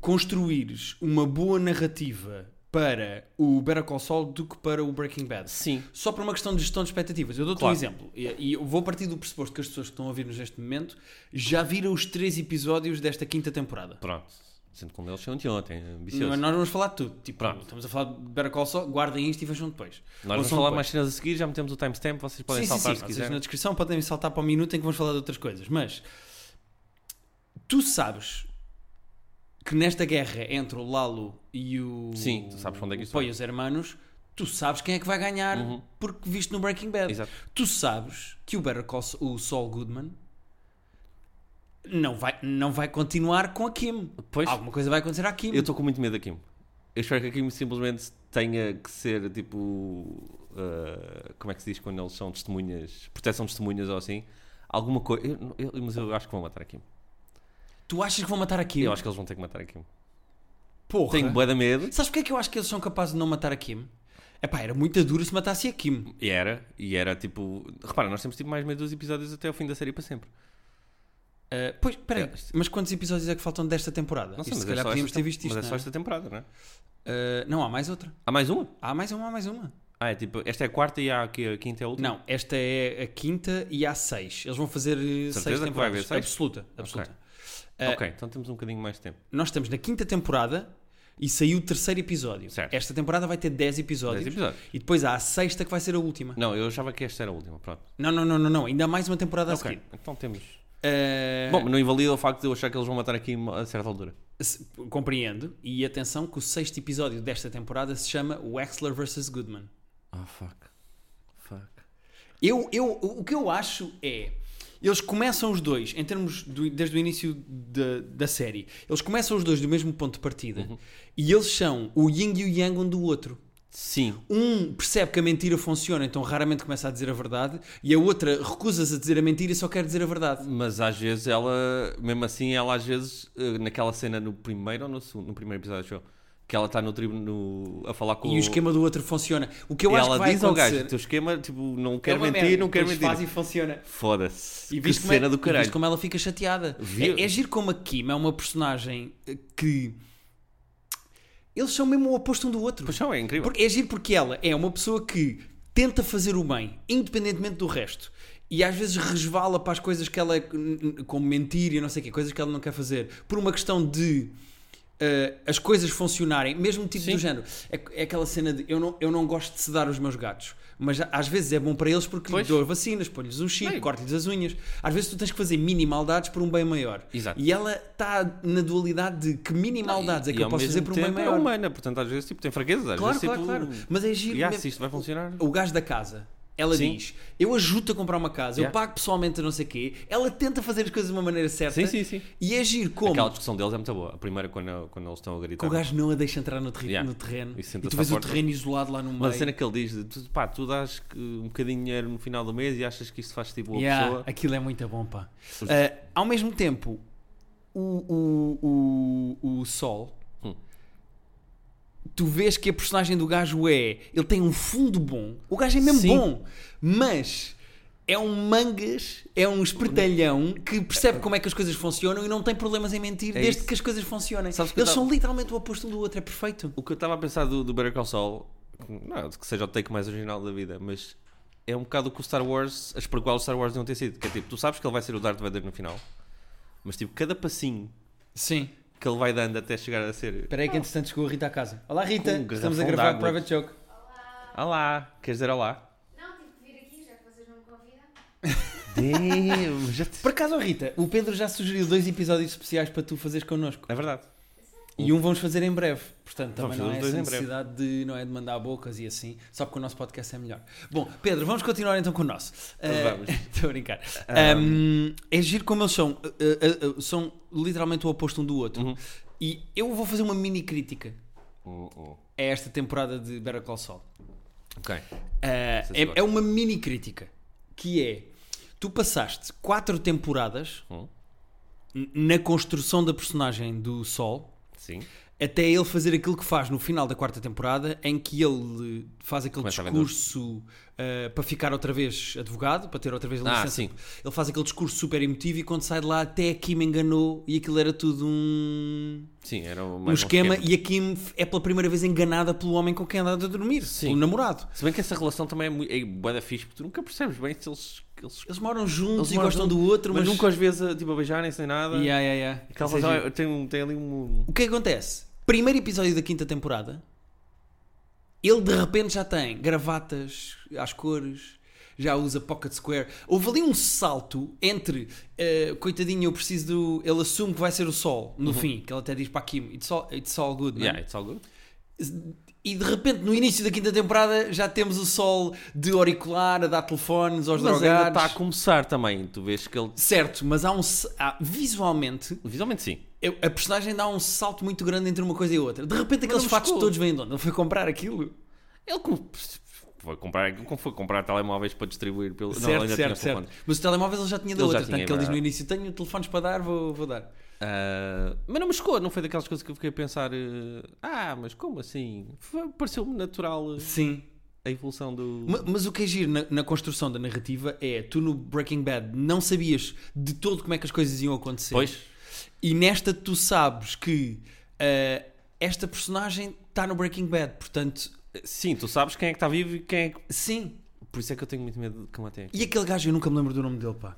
Speaker 1: construires uma boa narrativa para o Better Call Saul do que para o Breaking Bad.
Speaker 2: Sim.
Speaker 1: Só por uma questão de gestão de expectativas. Eu dou-te um
Speaker 2: Claro.
Speaker 1: exemplo. E e eu vou partir do pressuposto que as pessoas que estão a ouvir-nos neste momento já viram os três episódios desta quinta temporada.
Speaker 2: Pronto. Sendo como eles são de ontem, ambicioso.
Speaker 1: Mas
Speaker 2: nós
Speaker 1: nós vamos falar de tudo. Tipo,
Speaker 2: Pronto.
Speaker 1: estamos a falar de Better Call Saul, guardem isto e vejam depois.
Speaker 2: vamos
Speaker 1: Ouçam
Speaker 2: falar mais
Speaker 1: depois.
Speaker 2: cenas a seguir, já metemos o timestamp, vocês podem
Speaker 1: sim,
Speaker 2: saltar
Speaker 1: sim, sim.
Speaker 2: se
Speaker 1: Vocês
Speaker 2: quiserem.
Speaker 1: na descrição podem saltar para o minuto em que vamos falar de outras coisas. Mas tu sabes que nesta guerra entre o Lalo e o.
Speaker 2: Sim, tu sabes onde é que isto
Speaker 1: o Poi
Speaker 2: vai. Uhum.
Speaker 1: e os hermanos, tu sabes quem é que vai ganhar porque viste no Breaking Bad.
Speaker 2: Exato.
Speaker 1: Tu sabes que o Better Call Saul- o Saul Goodman. Não vai, não vai continuar com a Kim.
Speaker 2: Pois.
Speaker 1: Alguma coisa vai acontecer à Kim.
Speaker 2: Eu estou com muito medo da Kim. Eu espero que a Kim simplesmente tenha que ser tipo. uh, como é que se diz quando eles são testemunhas? Proteção de testemunhas ou assim. Alguma coisa. eu- eu- mas eu acho que vão matar a Kim.
Speaker 1: Tu achas que vão matar a Kim?
Speaker 2: Eu acho que eles vão ter que matar a Kim.
Speaker 1: Porra.
Speaker 2: Tenho bué de medo.
Speaker 1: Sabes porque é que eu acho que eles são capazes de não matar a Kim? É pá, era muito duro se matasse a Kim.
Speaker 2: E era, e era tipo. Repara, nós temos tipo mais meio dos episódios até ao fim da série para sempre.
Speaker 1: Ah, pois, peraí,
Speaker 2: É.
Speaker 1: mas quantos episódios é que faltam desta temporada?
Speaker 2: Não
Speaker 1: Isto,
Speaker 2: sei, mas
Speaker 1: se
Speaker 2: é
Speaker 1: calhar
Speaker 2: só
Speaker 1: podíamos
Speaker 2: esta
Speaker 1: ter visto
Speaker 2: tem-
Speaker 1: isto.
Speaker 2: Mas é só
Speaker 1: não, é?
Speaker 2: esta temporada, não é?
Speaker 1: Ah, não, há mais outra.
Speaker 2: Há mais uma?
Speaker 1: Há mais uma, há mais uma.
Speaker 2: Ah, é tipo, esta é a quarta e há aqui a quinta é a última.
Speaker 1: Não, esta é a quinta e há seis. Eles vão fazer eh,
Speaker 2: Certeza
Speaker 1: seis
Speaker 2: que vai
Speaker 1: temporadas.
Speaker 2: haver seis?
Speaker 1: Absoluta, absoluta. Ah,
Speaker 2: Ok, então temos um bocadinho mais de tempo.
Speaker 1: Nós estamos na quinta temporada e saiu o terceiro episódio.
Speaker 2: Certo.
Speaker 1: Esta temporada vai ter 10
Speaker 2: Dez
Speaker 1: episódios.
Speaker 2: episódios.
Speaker 1: E depois há a sexta que vai ser a última.
Speaker 2: Não, eu achava que esta era a última, pronto.
Speaker 1: Não, não, não, não, não. Ainda há mais uma temporada a
Speaker 2: Ok,
Speaker 1: seguir.
Speaker 2: então temos.
Speaker 1: Eh,
Speaker 2: Bom, não invalida o facto de eu achar que eles vão matar aqui a certa altura.
Speaker 1: se- compreendo. E atenção que o sexto episódio desta temporada se chama Wexler vs. Goodman.
Speaker 2: Ah, fuck. Fuck.
Speaker 1: Eu, eu, o que eu acho é. Eles começam os dois, em termos do- desde o início da, da série, eles começam os dois do mesmo ponto de partida
Speaker 2: Uhum.
Speaker 1: e eles são o yin e o yang um do outro.
Speaker 2: Sim.
Speaker 1: Um percebe que a mentira funciona, então raramente começa a dizer a verdade, e a outra recusa-se a dizer a mentira e só quer dizer a verdade.
Speaker 2: Mas às vezes ela, mesmo assim, ela às vezes, eh, naquela cena no primeiro ou no segundo, no primeiro episódio, acho eu, que ela está no tribuno a falar com
Speaker 1: E o esquema do outro funciona. O que eu
Speaker 2: e
Speaker 1: acho
Speaker 2: ela
Speaker 1: que vai
Speaker 2: diz ao
Speaker 1: acontecer.
Speaker 2: gajo, teu esquema, tipo, não
Speaker 1: é
Speaker 2: quero
Speaker 1: uma
Speaker 2: mentir,
Speaker 1: merda,
Speaker 2: não quero
Speaker 1: depois
Speaker 2: mentir.
Speaker 1: faz e funciona.
Speaker 2: Foda-se.
Speaker 1: E
Speaker 2: que
Speaker 1: viste como,
Speaker 2: cena
Speaker 1: é,
Speaker 2: do
Speaker 1: e viste
Speaker 2: caralho.
Speaker 1: como ela fica chateada.
Speaker 2: Viu?
Speaker 1: É, é giro como a Kim é uma personagem eh, que. Eles são mesmo o oposto um do outro.
Speaker 2: Pois não, é incrível.
Speaker 1: Porque- é giro porque ela é uma pessoa que tenta fazer o bem, independentemente do resto. E às vezes resvala para as coisas que ela. como mentir e não sei o quê, coisas que ela não quer fazer. Por uma questão de. eh, as coisas funcionarem, mesmo tipo
Speaker 2: Sim.
Speaker 1: do género. É, é aquela cena de eu não, eu não gosto de sedar os meus gatos, mas a- às vezes é bom para eles porque lhe
Speaker 2: Pois.
Speaker 1: dou vacinas, ponho-lhes um chip,
Speaker 2: Bem.
Speaker 1: corto-lhes as unhas. Às vezes tu tens que fazer mini maldades por um bem maior.
Speaker 2: Exato.
Speaker 1: E ela está na dualidade de que mini maldades é
Speaker 2: E
Speaker 1: que eu
Speaker 2: ao
Speaker 1: posso fazer
Speaker 2: mesmo
Speaker 1: por um bem
Speaker 2: tempo
Speaker 1: maior.
Speaker 2: É humana, portanto, às vezes tipo, tem fraquezas. Às
Speaker 1: Claro,
Speaker 2: vezes,
Speaker 1: claro,
Speaker 2: tipo,
Speaker 1: claro. Mas é giro.
Speaker 2: "Ya,
Speaker 1: mesmo.
Speaker 2: se isto vai funcionar.
Speaker 1: O gajo da casa. Ela
Speaker 2: Sim.
Speaker 1: diz: Eu ajudo-te a comprar uma casa, eu
Speaker 2: Yeah.
Speaker 1: pago pessoalmente não sei o quê. Ela tenta fazer as coisas de uma maneira certa
Speaker 2: Sim, sim, sim.
Speaker 1: e agir como
Speaker 2: Aquela discussão deles é muito boa. A primeira, quando, quando eles estão a
Speaker 1: que
Speaker 2: gritar.
Speaker 1: o gajo não a deixa entrar no, terri-
Speaker 2: Yeah.
Speaker 1: no terreno
Speaker 2: E
Speaker 1: e,
Speaker 2: senta-se
Speaker 1: tu
Speaker 2: à
Speaker 1: vês o
Speaker 2: porta.
Speaker 1: terreno isolado lá no meio.
Speaker 2: Mas a cena que ele diz, de, tu, pá, tu dás que, um bocadinho de dinheiro no final do mês e achas que isto faz tipo boa
Speaker 1: Yeah,
Speaker 2: pessoa.
Speaker 1: Aquilo é muito bom, pá.
Speaker 2: Os-
Speaker 1: Ah, ao mesmo tempo, o, o, o, o Sol,
Speaker 2: Hum.
Speaker 1: tu vês que a personagem do gajo é. Ele tem um fundo bom. O gajo é mesmo
Speaker 2: Sim.
Speaker 1: bom, mas. É um mangas, é um espertalhão que percebe como é que as coisas funcionam e não tem problemas em mentir
Speaker 2: É
Speaker 1: desde
Speaker 2: isso.
Speaker 1: que as coisas funcionem.
Speaker 2: Sabes que eu
Speaker 1: Eles
Speaker 2: tava-
Speaker 1: são literalmente o oposto um do outro, é perfeito.
Speaker 2: O que eu estava a pensar do, do Better Call Saul, que, não, que seja o take mais original da vida, mas é um bocado o que o Star Wars, as prequelas do Star Wars não ter sido. Que é tipo, tu sabes que ele vai ser o Darth Vader no final, mas tipo, cada passinho
Speaker 1: Sim.
Speaker 2: que ele vai dando até chegar a ser.
Speaker 1: Espera aí que entretanto chegou a Rita à casa. Olá Rita,
Speaker 2: Com um
Speaker 1: estamos a
Speaker 2: garrafão
Speaker 1: gravar o
Speaker 2: d'água.
Speaker 1: Private Joke.
Speaker 2: Olá, queres dizer
Speaker 1: [laughs]
Speaker 2: olá?
Speaker 3: Não, tive que vir aqui, já que vocês não me convidam.
Speaker 2: Deus, já te...
Speaker 1: Por acaso, oh, Rita, o Pedro já sugeriu dois episódios especiais para tu fazeres connosco.
Speaker 2: É verdade.
Speaker 1: E um vamos fazer em breve. Portanto,
Speaker 2: Vamos
Speaker 1: também não
Speaker 2: fazer
Speaker 1: é
Speaker 2: os dois
Speaker 1: essa
Speaker 2: em breve.
Speaker 1: necessidade de, não é, de mandar bocas e assim, só porque o nosso podcast é melhor. Bom, Pedro, vamos continuar então com o nosso. Ah, [laughs]
Speaker 2: Vamos.
Speaker 1: Estou a brincar. Ahm, é giro como eles são. ah, ah, ah, são literalmente o oposto um do outro.
Speaker 2: Uhum.
Speaker 1: E eu vou fazer uma mini crítica
Speaker 2: Hum, hum.
Speaker 1: a é esta temporada de Better Call Saul.
Speaker 2: Ok.
Speaker 1: Ah,
Speaker 2: Sim, senhor.
Speaker 1: é, é uma mini crítica. Que é... Tu passaste quatro temporadas
Speaker 2: Hum,
Speaker 1: n- na construção da personagem do Sol
Speaker 2: Sim.
Speaker 1: até ele fazer aquilo que faz no final da quarta temporada, em que ele faz aquele
Speaker 2: Começa a vender.
Speaker 1: discurso ah, para ficar outra vez advogado, para ter outra vez a
Speaker 2: Ah,
Speaker 1: licença.
Speaker 2: sim.
Speaker 1: Ele faz aquele discurso super emotivo e quando sai de lá até a Kim enganou e aquilo era tudo um,
Speaker 2: Sim, era mais
Speaker 1: um esquema, e a Kim é pela primeira vez enganada pelo homem com quem anda a dormir,
Speaker 2: Sim.
Speaker 1: pelo namorado.
Speaker 2: Se bem que essa relação também é muito. É bué da fixe, porque tu nunca percebes bem se eles. eles...
Speaker 1: Eles moram juntos
Speaker 2: Eles
Speaker 1: e
Speaker 2: moram
Speaker 1: gostam
Speaker 2: juntos,
Speaker 1: do outro, mas,
Speaker 2: Mas nunca às vezes tipo, a beijarem sem nada.
Speaker 1: Yeah, yeah, yeah.
Speaker 2: Aquela
Speaker 1: Ou seja,
Speaker 2: relação é- tem, um- tem ali um.
Speaker 1: O que é que acontece? Primeiro episódio da quinta temporada, ele de repente já tem gravatas às cores, já usa pocket square. Houve ali um salto entre eh, coitadinho, eu preciso do. Ele assume que vai ser o sol no fim, que ele até diz para a Kim: It's all, it's all good, man."
Speaker 2: Uhum. Yeah, it's all good.
Speaker 1: E de repente, no início da quinta temporada, já temos o sol de auricular a dar telefones aos
Speaker 2: Mas ainda tá
Speaker 1: drogados.
Speaker 2: está a começar também. Tu vês que ele.
Speaker 1: Certo, mas há um. s- há- visualmente,
Speaker 2: Visualmente sim.
Speaker 1: eu- a personagem dá um salto muito grande entre uma coisa e outra. De repente aqueles
Speaker 2: não
Speaker 1: fatos
Speaker 2: chegou.
Speaker 1: todos vêm de onde? Ele foi comprar aquilo?
Speaker 2: Ele com- foi comprar, como foi comprar telemóveis para distribuir pelo.
Speaker 1: certo,
Speaker 2: ainda tinha
Speaker 1: certo,
Speaker 2: telefone.
Speaker 1: certo. Mas o telemóvel ele já tinha da
Speaker 2: Ele já
Speaker 1: outra.
Speaker 2: tinha,
Speaker 1: Tanto que ele
Speaker 2: é
Speaker 1: diz no
Speaker 2: verdade.
Speaker 1: início, tenho telefones para dar, vou, vou dar.
Speaker 2: Ah, mas não me chocou, não foi daquelas coisas que eu fiquei a pensar. eh, ah, mas como assim? Foi- Pareceu-me natural eh,
Speaker 1: Sim.
Speaker 2: a evolução do.
Speaker 1: Ma- Mas o que é giro na, na construção da narrativa é tu no Breaking Bad não sabias de todo como é que as coisas iam acontecer.
Speaker 2: Pois.
Speaker 1: E nesta tu sabes que eh, esta personagem está no Breaking Bad, portanto,
Speaker 2: Sim, tu sabes quem é que está vivo e quem é que.
Speaker 1: sim.
Speaker 2: Por isso é que eu tenho muito medo de combater.
Speaker 1: E aquele gajo, eu nunca me lembro do nome dele, pá.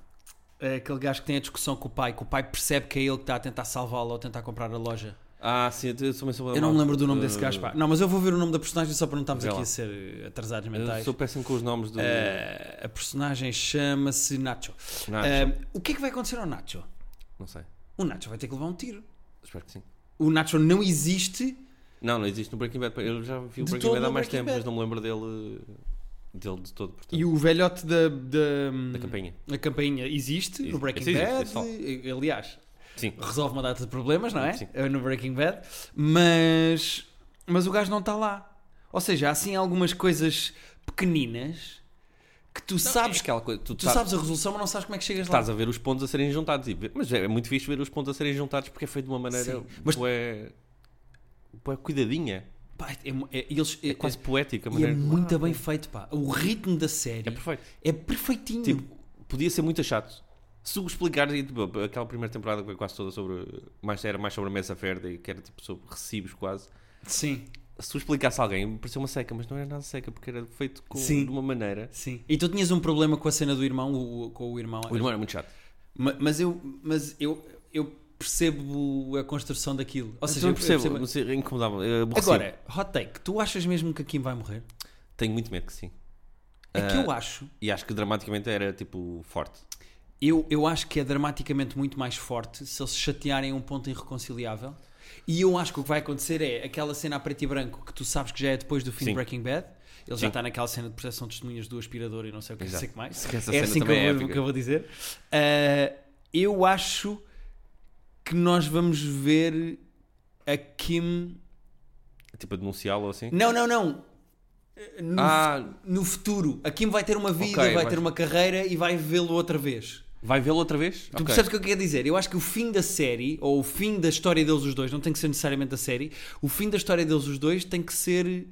Speaker 1: É aquele gajo que tem a discussão com o pai, que o pai percebe que é ele que está a tentar salvá-lo ou tentar comprar a loja.
Speaker 2: Ah, sim, eu, eu também sou
Speaker 1: Eu não me lembro do nome
Speaker 2: Eh,
Speaker 1: desse gajo, pá. Não, mas eu vou ver o nome da personagem só para não estarmos
Speaker 2: Vê
Speaker 1: aqui
Speaker 2: lá.
Speaker 1: a ser eh, atrasados
Speaker 2: Eu
Speaker 1: mentais.
Speaker 2: sou péssimo com os nomes do.
Speaker 1: Eh, a personagem chama-se Nacho.
Speaker 2: Nacho.
Speaker 1: Eh, o que é que vai acontecer ao Nacho?
Speaker 2: Não sei.
Speaker 1: O Nacho vai ter que levar um tiro.
Speaker 2: Espero que sim.
Speaker 1: O Nacho não existe.
Speaker 2: Não, não existe no Breaking Bad. Eu já vi o
Speaker 1: De
Speaker 2: Breaking
Speaker 1: todo
Speaker 2: Bad há
Speaker 1: no
Speaker 2: mais
Speaker 1: Breaking
Speaker 2: tempo,
Speaker 1: Bad.
Speaker 2: mas não me lembro dele. dele de todo, portanto.
Speaker 1: E o velhote da, da,
Speaker 2: Da campainha.
Speaker 1: da campainha existe
Speaker 2: Existe,
Speaker 1: no Breaking
Speaker 2: existe,
Speaker 1: Bad.
Speaker 2: existe,
Speaker 1: Aliás,
Speaker 2: Sim.
Speaker 1: resolve uma data de problemas, não é?
Speaker 2: Sim.
Speaker 1: No Breaking Bad. Mas, mas o gajo não está lá. Ou seja, há sim algumas coisas pequeninas que tu sabes
Speaker 2: aquela coisa. Tu,
Speaker 1: Tu sabes a resolução, mas não sabes como é que chegas lá.
Speaker 2: é tá- Estás a ver os pontos a serem juntados. e ver- Mas é muito fixe ver os pontos a serem juntados porque é feito de uma maneira.
Speaker 1: Sim, mas-
Speaker 2: bué- bué cuidadinha.
Speaker 1: Pá, é, mu- é- eles, é,
Speaker 2: É quase poética a
Speaker 1: e é
Speaker 2: maneira.
Speaker 1: muito bem feito, pá. O ritmo da série
Speaker 2: É
Speaker 1: é,
Speaker 2: perfeito.
Speaker 1: perfeitinho.
Speaker 2: Tipo, podia ser muito chato. Se o explicares, e, tipo, aquela primeira temporada que foi quase toda sobre. Mais, era mais sobre a mesa verde e que era tipo sobre recibos quase.
Speaker 1: sim,
Speaker 2: Se tu explicasse a alguém, parecia uma seca, mas não era nada seca porque era feito com,
Speaker 1: Sim.
Speaker 2: de uma maneira.
Speaker 1: sim. E tu tinhas um problema com a cena do irmão, o- o- com o irmão.
Speaker 2: tipo O irmão era muito chato.
Speaker 1: Ma- Mas eu, mas eu, eu percebo a construção daquilo. Ou seja,
Speaker 2: Então, eu percebo, mas eu incomodava. eu aborrecia.
Speaker 1: Agora, hot take, tu achas mesmo que a Kim vai morrer?
Speaker 2: tenho muito medo que sim.
Speaker 1: É que
Speaker 2: Ah,
Speaker 1: eu acho.
Speaker 2: E acho que dramaticamente era tipo forte.
Speaker 1: Eu, eu acho que é dramaticamente muito mais forte se eles se chatearem a um ponto irreconciliável. E eu acho que o que vai acontecer é aquela cena a preto e branco que tu sabes que já é depois do fim de
Speaker 2: Sim.
Speaker 1: Breaking Bad. Ele já
Speaker 2: Sim.
Speaker 1: está naquela cena de proteção de testemunhas do aspirador e não sei o que,
Speaker 2: Exato.
Speaker 1: sei o que mais.
Speaker 2: Essa
Speaker 1: é
Speaker 2: cena
Speaker 1: assim que eu,
Speaker 2: também é
Speaker 1: vou-
Speaker 2: épica.
Speaker 1: que eu vou dizer. Ah, eu acho que nós vamos ver a Kim.
Speaker 2: Tipo a denunciá-lo ou assim.
Speaker 1: Não, não, não. No,
Speaker 2: Ah.
Speaker 1: no futuro. A Kim vai ter uma vida,
Speaker 2: Ok,
Speaker 1: vai
Speaker 2: vai-
Speaker 1: ter uma carreira e vai vê-lo outra vez.
Speaker 2: Vai vê-lo outra vez?
Speaker 1: Tu percebes o que eu quero dizer? Eu acho que o fim da série, ou o fim da história deles os dois, não tem que ser necessariamente da série, o fim da história deles os dois tem que ser.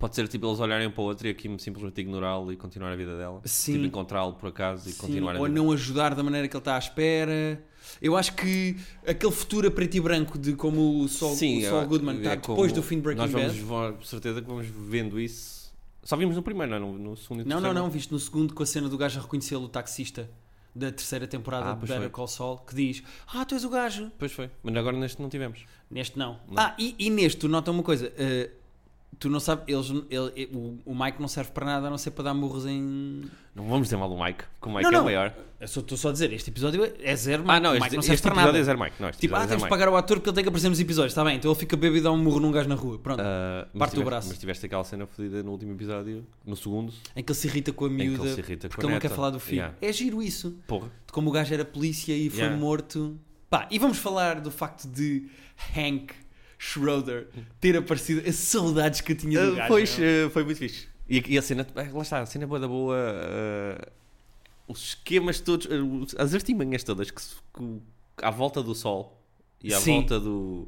Speaker 2: Pode ser tipo eles olharem para o outro e aqui simplesmente ignorá-lo e continuar a vida dela.
Speaker 1: Sim.
Speaker 2: Tipo encontrá-lo por acaso e
Speaker 1: Sim,
Speaker 2: continuar a
Speaker 1: ou
Speaker 2: vida.
Speaker 1: não ajudar da maneira que ele está à espera. Eu acho que aquele futuro a preto e branco de como o Saul,
Speaker 2: Sim,
Speaker 1: o Saul
Speaker 2: é-
Speaker 1: Goodman está
Speaker 2: é
Speaker 1: depois
Speaker 2: como
Speaker 1: do fim de Breaking
Speaker 2: Nós vamos,
Speaker 1: Bad.
Speaker 2: vo- por certeza que vamos vendo isso. Só vimos no primeiro, não é? No, no segundo e
Speaker 1: Não, não,
Speaker 2: terceiro,
Speaker 1: não, visto no segundo com a cena do gajo a reconhecê-lo, o taxista da terceira temporada
Speaker 2: Ah,
Speaker 1: de
Speaker 2: pois
Speaker 1: Better
Speaker 2: foi.
Speaker 1: Call Saul, que diz: Ah, tu és o gajo.
Speaker 2: Pois foi. Mas agora neste não tivemos.
Speaker 1: Neste não. Ah, e, e neste, tu nota uma coisa. eh, tu não sabes, eles, ele- eh, o, o Mike não serve para nada a não ser para dar murros em.
Speaker 2: Não vamos dizer mal do Mike, que o Mike
Speaker 1: Não,
Speaker 2: é
Speaker 1: não.
Speaker 2: o maior.
Speaker 1: Eu só- estou só a dizer, este episódio é zero.
Speaker 2: Ah, não,
Speaker 1: o Mike
Speaker 2: este,
Speaker 1: não
Speaker 2: este
Speaker 1: serve para
Speaker 2: episódio
Speaker 1: nada.
Speaker 2: é zero Mike. Não, este
Speaker 1: Tipo, ah,
Speaker 2: episódio é
Speaker 1: temos
Speaker 2: zero
Speaker 1: que pagar ao ator porque ele tem que aparecer nos episódios, está bem, então ele fica bêbado e dá um murro num gajo na rua, pronto.
Speaker 2: Ah, mas
Speaker 1: Parte do
Speaker 2: tiveste-
Speaker 1: braço.
Speaker 2: Mas tiveste aquela cena fodida no último episódio, no segundo.
Speaker 1: em que ele se irrita com a
Speaker 2: que ele
Speaker 1: miúda
Speaker 2: se irrita com
Speaker 1: porque
Speaker 2: a
Speaker 1: ele não quer
Speaker 2: neta.
Speaker 1: falar do filho.
Speaker 2: Yeah.
Speaker 1: É giro isso,
Speaker 2: Porra.
Speaker 1: de como o gajo era polícia e foi
Speaker 2: Yeah.
Speaker 1: morto. Pá, e vamos falar do facto de Hank Schroeder ter aparecido, as saudades que eu tinha do gajo.
Speaker 2: Ah, pois,
Speaker 1: não é?
Speaker 2: foi muito fixe. E, e a cena, ah, lá está, a cena boa da boa. ah, os esquemas todos, ah, os- as artimanhas todas que, se- que o- à volta do sol e à
Speaker 1: Sim.
Speaker 2: volta do.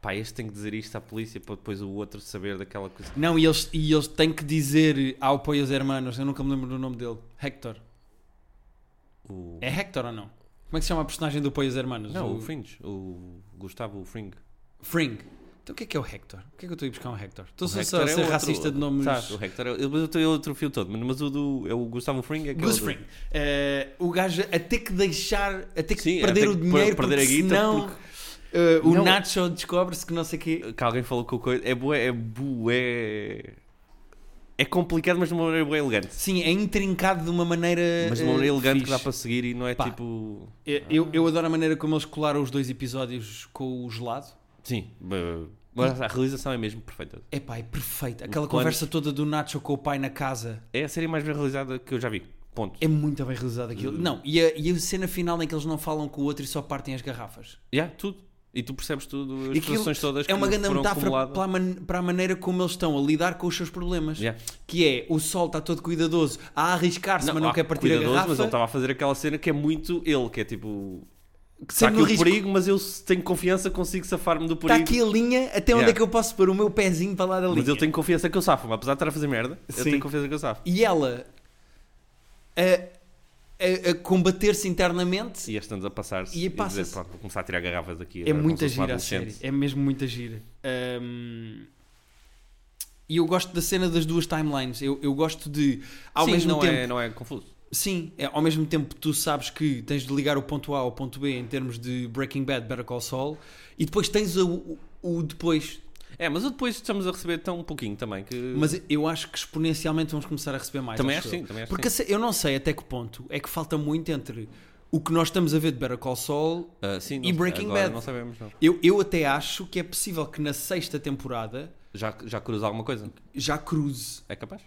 Speaker 2: Pá, este tem que dizer isto à polícia para depois o outro saber daquela coisa.
Speaker 1: Não, e eles, e eles têm que dizer ao apoio aos hermanos, eu nunca me lembro do nome dele, Hector.
Speaker 2: O,
Speaker 1: É Hector ou não? Como é que se chama a personagem do apoio aos hermanos?
Speaker 2: não, o Fringe, o Gustavo Fring.
Speaker 1: Fring. Então o que é que é o Hector? O que é que eu estou a ir buscar um Hector? Estou
Speaker 2: O
Speaker 1: só
Speaker 2: Hector
Speaker 1: só a
Speaker 2: é
Speaker 1: ser
Speaker 2: outro-
Speaker 1: racista de nomes...
Speaker 2: Sabes, o Hector é, eu- mas eu tenho outro fio todo, mas- mas o do. É o Gustavo Fring é aquele
Speaker 1: Goose
Speaker 2: do-
Speaker 1: Fring. Eh, o gajo a ter que deixar, a ter que
Speaker 2: Sim,
Speaker 1: perder
Speaker 2: até
Speaker 1: o
Speaker 2: que
Speaker 1: dinheiro,
Speaker 2: per- perder
Speaker 1: porque
Speaker 2: a guita,
Speaker 1: senão eh, o
Speaker 2: Não.
Speaker 1: Nacho descobre-se que não sei o quê.
Speaker 2: que alguém falou com coisa. É bué, é bué. É complicado, mas de uma maneira bué elegante.
Speaker 1: Sim, é intrincado de uma maneira.
Speaker 2: Mas de uma maneira
Speaker 1: eh,
Speaker 2: elegante que
Speaker 1: fixe.
Speaker 2: dá para seguir e não é
Speaker 1: Pá.
Speaker 2: tipo.
Speaker 1: Eh, Eu, eu adoro a maneira como eles colaram os dois episódios com o gelado.
Speaker 2: Sim, b- mas a realização é mesmo perfeita.
Speaker 1: É pá, é perfeito. Aquela
Speaker 2: Planos.
Speaker 1: conversa toda do Nacho com o pai na casa
Speaker 2: É a série mais bem realizada que eu já vi. Ponto.
Speaker 1: é muito bem realizado
Speaker 2: Hum.
Speaker 1: aquilo. Não, e a, e a cena final em que eles não falam com o outro e só partem as garrafas.
Speaker 2: Yeah, tudo. E tu percebes tudo, as
Speaker 1: É- Aquilo
Speaker 2: expressões todas.
Speaker 1: É uma
Speaker 2: que
Speaker 1: grande
Speaker 2: foram
Speaker 1: metáfora
Speaker 2: acumuladas.
Speaker 1: para a, man- para a maneira como eles estão a lidar com os seus problemas.
Speaker 2: Yeah.
Speaker 1: Que é o sol está todo cuidadoso a arriscar-se, mas não
Speaker 2: ah,
Speaker 1: quer partir a
Speaker 2: cuidadoso,
Speaker 1: garrafa.
Speaker 2: Mas ele estava a fazer aquela cena que é muito ele, que é tipo.
Speaker 1: que
Speaker 2: Está
Speaker 1: sempre
Speaker 2: aqui
Speaker 1: no
Speaker 2: o
Speaker 1: risco.
Speaker 2: perigo, mas eu se tenho confiança, consigo safar-me do
Speaker 1: Está
Speaker 2: perigo.
Speaker 1: aqui a linha até onde
Speaker 2: Yeah.
Speaker 1: é que eu posso pôr o meu pezinho para lá da linha.
Speaker 2: mas eu tenho confiança que eu safo, apesar de estar a fazer merda, eu
Speaker 1: Sim.
Speaker 2: tenho confiança que eu safo.
Speaker 1: E ela a, a- a combater-se internamente
Speaker 2: E este andas a passar-se.
Speaker 1: E
Speaker 2: E,
Speaker 1: passa-se.
Speaker 2: dizer, pronto, vou começar a tirar garrafas aqui.
Speaker 1: é
Speaker 2: agora, como
Speaker 1: muita
Speaker 2: se fosse uma
Speaker 1: gira a série.
Speaker 2: adolescente.
Speaker 1: É mesmo muita gira. Hum, E eu gosto da cena das duas timelines. Eu, eu gosto de ao
Speaker 2: Sim,
Speaker 1: mesmo
Speaker 2: não
Speaker 1: tempo
Speaker 2: É, não é confuso.
Speaker 1: Sim, é, ao mesmo tempo tu sabes que tens de ligar o ponto A ao ponto B em termos de Breaking Bad, Better Call Saul, e depois tens o, o- o depois.
Speaker 2: É, mas eu depois estamos a receber tão pouquinho também que.
Speaker 1: Mas eu acho que exponencialmente vamos começar a receber mais.
Speaker 2: também
Speaker 1: acho
Speaker 2: acho
Speaker 1: eu.
Speaker 2: sim, também acho
Speaker 1: Porque
Speaker 2: sim.
Speaker 1: se- eu não sei até que ponto é que falta muito entre o que nós estamos a ver de Better Call Saul.
Speaker 2: Ah, sim,
Speaker 1: e
Speaker 2: não-
Speaker 1: Breaking
Speaker 2: agora
Speaker 1: Bad.
Speaker 2: Não sabemos, não.
Speaker 1: Eu, eu até acho que é possível que na sexta temporada
Speaker 2: Já, já cruza alguma coisa?
Speaker 1: já cruze.
Speaker 2: É capaz?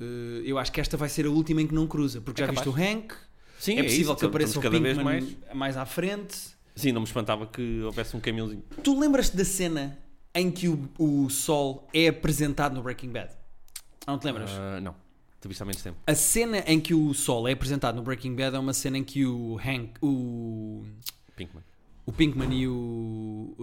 Speaker 1: Eh, eu acho que esta vai ser a última em que não cruza, porque
Speaker 2: É
Speaker 1: já viste o
Speaker 2: capaz.
Speaker 1: Hank,
Speaker 2: Sim,
Speaker 1: é possível
Speaker 2: isso,
Speaker 1: que apareça o
Speaker 2: estamos cada vez
Speaker 1: Pinkman
Speaker 2: mais.
Speaker 1: mais à frente.
Speaker 2: Sim, não me espantava que houvesse um caminhãozinho.
Speaker 1: Tu lembras-te da cena em que o, o Sol é apresentado no Breaking Bad? Não te lembras?
Speaker 2: Ah, não. Tu viste há menos tempo.
Speaker 1: A cena em que o Sol é apresentado no Breaking Bad é uma cena em que o Hank, o,
Speaker 2: Pinkman.
Speaker 1: o Pinkman e o.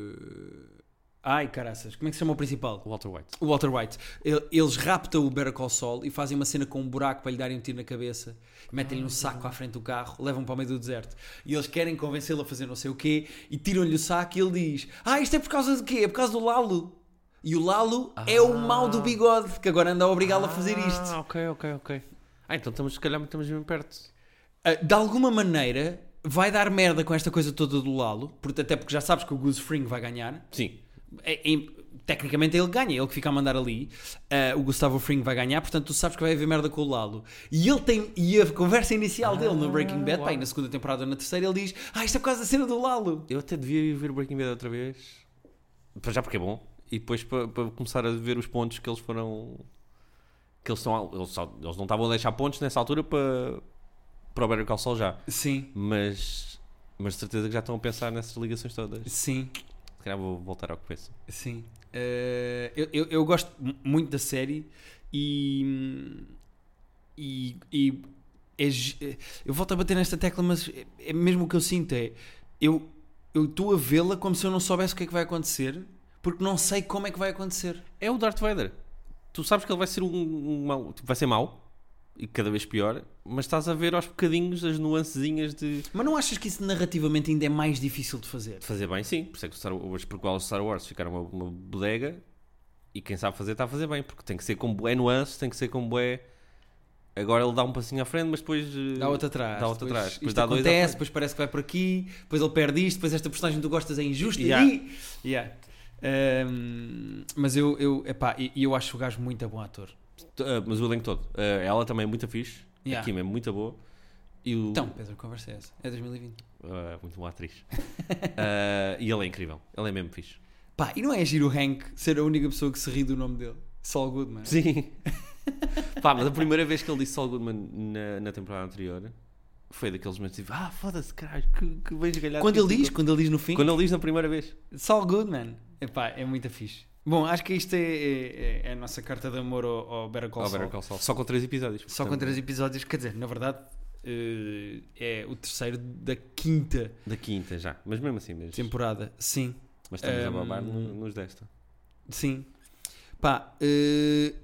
Speaker 1: eh, ai caraças, como é que se chama o principal?
Speaker 2: Walter White.
Speaker 1: O Walter White. Ele- Eles raptam o Better Call Saul e fazem uma cena com um buraco para lhe darem um tiro na cabeça. Metem-lhe um saco à frente do carro, levam para o meio do deserto. E eles querem convencê-lo a fazer não sei o quê e tiram-lhe o saco e ele diz Ah, isto é por causa de quê? É por causa do Lalo. E o Lalo é o mau do bigode que agora anda a obrigá-lo a fazer isto.
Speaker 2: Ah, ok, ok, ok. Ah, então estamos, se calhar, estamos bem perto.
Speaker 1: Ah, de alguma maneira vai dar merda com esta coisa toda do Lalo, porque, até porque já sabes que o Goose Fring vai ganhar.
Speaker 2: Sim.
Speaker 1: É- é- tecnicamente ele ganha, é ele que fica a mandar ali. Ah, o Gustavo Fring vai ganhar, portanto tu sabes que vai haver merda com o Lalo. E ele tem. E a conversa inicial dele no Breaking Bad, pá, e na segunda temporada ou na terceira, ele diz: Ah, isto é por causa da cena do Lalo.
Speaker 2: Eu até devia ir ver Breaking Bad outra vez. Para já porque é bom. E depois para, para começar a ver os pontos que eles foram. Que eles, estão, eles, só- eles não estavam a deixar pontos nessa altura para, para o Better Call Saul já.
Speaker 1: Sim,
Speaker 2: Mas. Mas de certeza que já estão a pensar nessas ligações todas.
Speaker 1: sim,
Speaker 2: Se calhar vou voltar ao que penso.
Speaker 1: sim. Ah, eu, eu, eu gosto mu- muito da série e. E. e é gi- eu volto a bater nesta tecla, mas é, é mesmo o que eu sinto: é. Eu eu estou a vê-la como se eu não soubesse o que é que vai acontecer, porque não sei como é que vai acontecer.
Speaker 2: É o Darth Vader. Tu sabes que ele vai ser um, um mau. tipo, Vai ser mau. E cada vez pior. Mas estás a ver aos bocadinhos as nuancezinhas de.
Speaker 1: Mas não achas que isso narrativamente ainda é mais difícil de fazer?
Speaker 2: De fazer bem, sim. Por isso é que o Star Wars, porque o Star Wars ficaram uma, uma bodega e quem sabe fazer está a fazer bem, porque tem que ser com bué nuances, tem que ser com bué. Agora ele dá um passinho à frente, mas depois. eh,
Speaker 1: Dá outro atrás.
Speaker 2: Dá outro
Speaker 1: depois
Speaker 2: atrás. Depois
Speaker 1: Isto
Speaker 2: dá dois à
Speaker 1: acontece,
Speaker 2: frente.
Speaker 1: depois parece que vai por aqui, depois ele perde isto, depois esta personagem que tu gostas é injusta.
Speaker 2: Yeah.
Speaker 1: E... Yeah. Ahm, mas eu, eu, epá, e- e eu acho o gajo muito bom ator.
Speaker 2: Ah, mas o elenco todo. Ah, ela também é muito fixe.
Speaker 1: Yeah.
Speaker 2: A Kim é muito boa. E o.
Speaker 1: Então, Pedro, conversa é essa. É 2020.
Speaker 2: Ah, muito boa atriz. [laughs] Ah, e ele é incrível. Ele é mesmo fixe.
Speaker 1: Pá, e não é giro o Hank ser a única pessoa que se ri do nome dele? Saul Goodman.
Speaker 2: Sim. [laughs] Pá, mas a primeira vez que ele disse Saul Goodman na, na temporada anterior foi daqueles momentos tipo, ah, foda-se, caralho, que, que bem esgalhado.
Speaker 1: Quando ele diz, quando ele diz no fim,
Speaker 2: Quando ele diz na primeira vez.
Speaker 1: Saul Goodman. Epá, é muito fixe. Bom, acho que isto é, é- é a nossa carta de amor ao, ao Better Call
Speaker 2: Ao
Speaker 1: Saul.
Speaker 2: Better Call Saul. Só com três episódios.
Speaker 1: Só com
Speaker 2: portanto,
Speaker 1: três episódios, quer dizer, na verdade eh, é o terceiro da quinta
Speaker 2: Da quinta já. Mas mesmo assim, mas,
Speaker 1: temporada. Sim,
Speaker 2: mas estamos a
Speaker 1: Ahm.
Speaker 2: babar no- nos desta.
Speaker 1: sim. Pá, eh,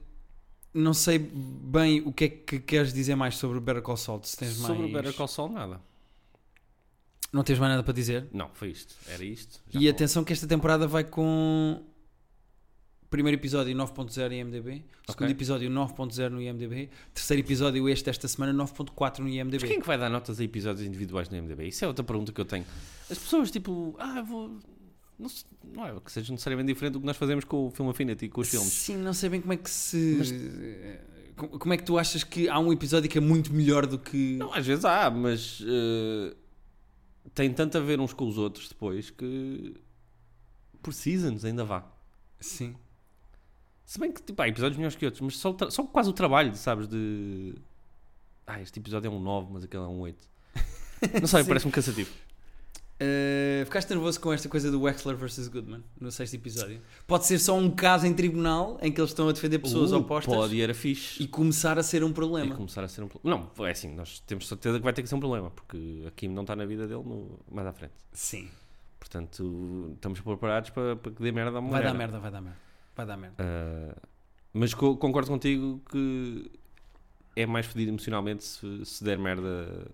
Speaker 1: não sei bem o que é que queres dizer mais sobre o Better Call Saul. Se tens
Speaker 2: Sobre o
Speaker 1: mais...
Speaker 2: Better Call Saul, nada.
Speaker 1: Não tens mais nada para dizer?
Speaker 2: Não, foi isto. Era isto.
Speaker 1: e
Speaker 2: não-
Speaker 1: atenção que esta temporada vai com... Primeiro episódio 9.0 em IMDB, segundo
Speaker 2: Ok.
Speaker 1: episódio 9.0 no IMDB, terceiro episódio este desta semana 9.4 no
Speaker 2: Mas quem é
Speaker 1: IMDB.
Speaker 2: que vai dar notas a episódios individuais no MDB? Isso é outra pergunta que eu tenho. As pessoas, tipo, ah, eu vou. Não, se- não é que seja necessariamente diferente do que nós fazemos com o Film Affinity e com os filmes.
Speaker 1: Sim, não sei bem como é que se. Co- Como é que tu achas que há um episódio que é muito melhor do que.
Speaker 2: Não, às vezes há, mas eh, tem tanto a ver uns com os outros depois que por seasons ainda vá.
Speaker 1: Sim.
Speaker 2: Se bem que tipo, há episódios melhores que outros, mas só, o tra- só quase o trabalho, sabes? De.
Speaker 1: [laughs]
Speaker 2: Ah, este episódio é um 9, mas aquele é um 8. Não sei,
Speaker 1: Sim.
Speaker 2: parece-me cansativo.
Speaker 1: Uh, ficaste nervoso com esta coisa do Wexler versus Goodman no sexto episódio? Pode ser só um caso em tribunal em que eles estão a defender pessoas
Speaker 2: Uh,
Speaker 1: opostas
Speaker 2: Pode e era fixe.
Speaker 1: e começar a ser um
Speaker 2: E
Speaker 1: problema.
Speaker 2: começar a ser um problema. Não, é assim, nós temos certeza que vai ter que ser um problema, porque a Kim não está na vida dele no- mais à frente.
Speaker 1: Sim,
Speaker 2: Portanto, estamos preparados para, para que dê merda a
Speaker 1: vai dar merda, vai dar merda. Vai dar merda.
Speaker 2: mas co- concordo contigo que é mais fedido emocionalmente se, se der merda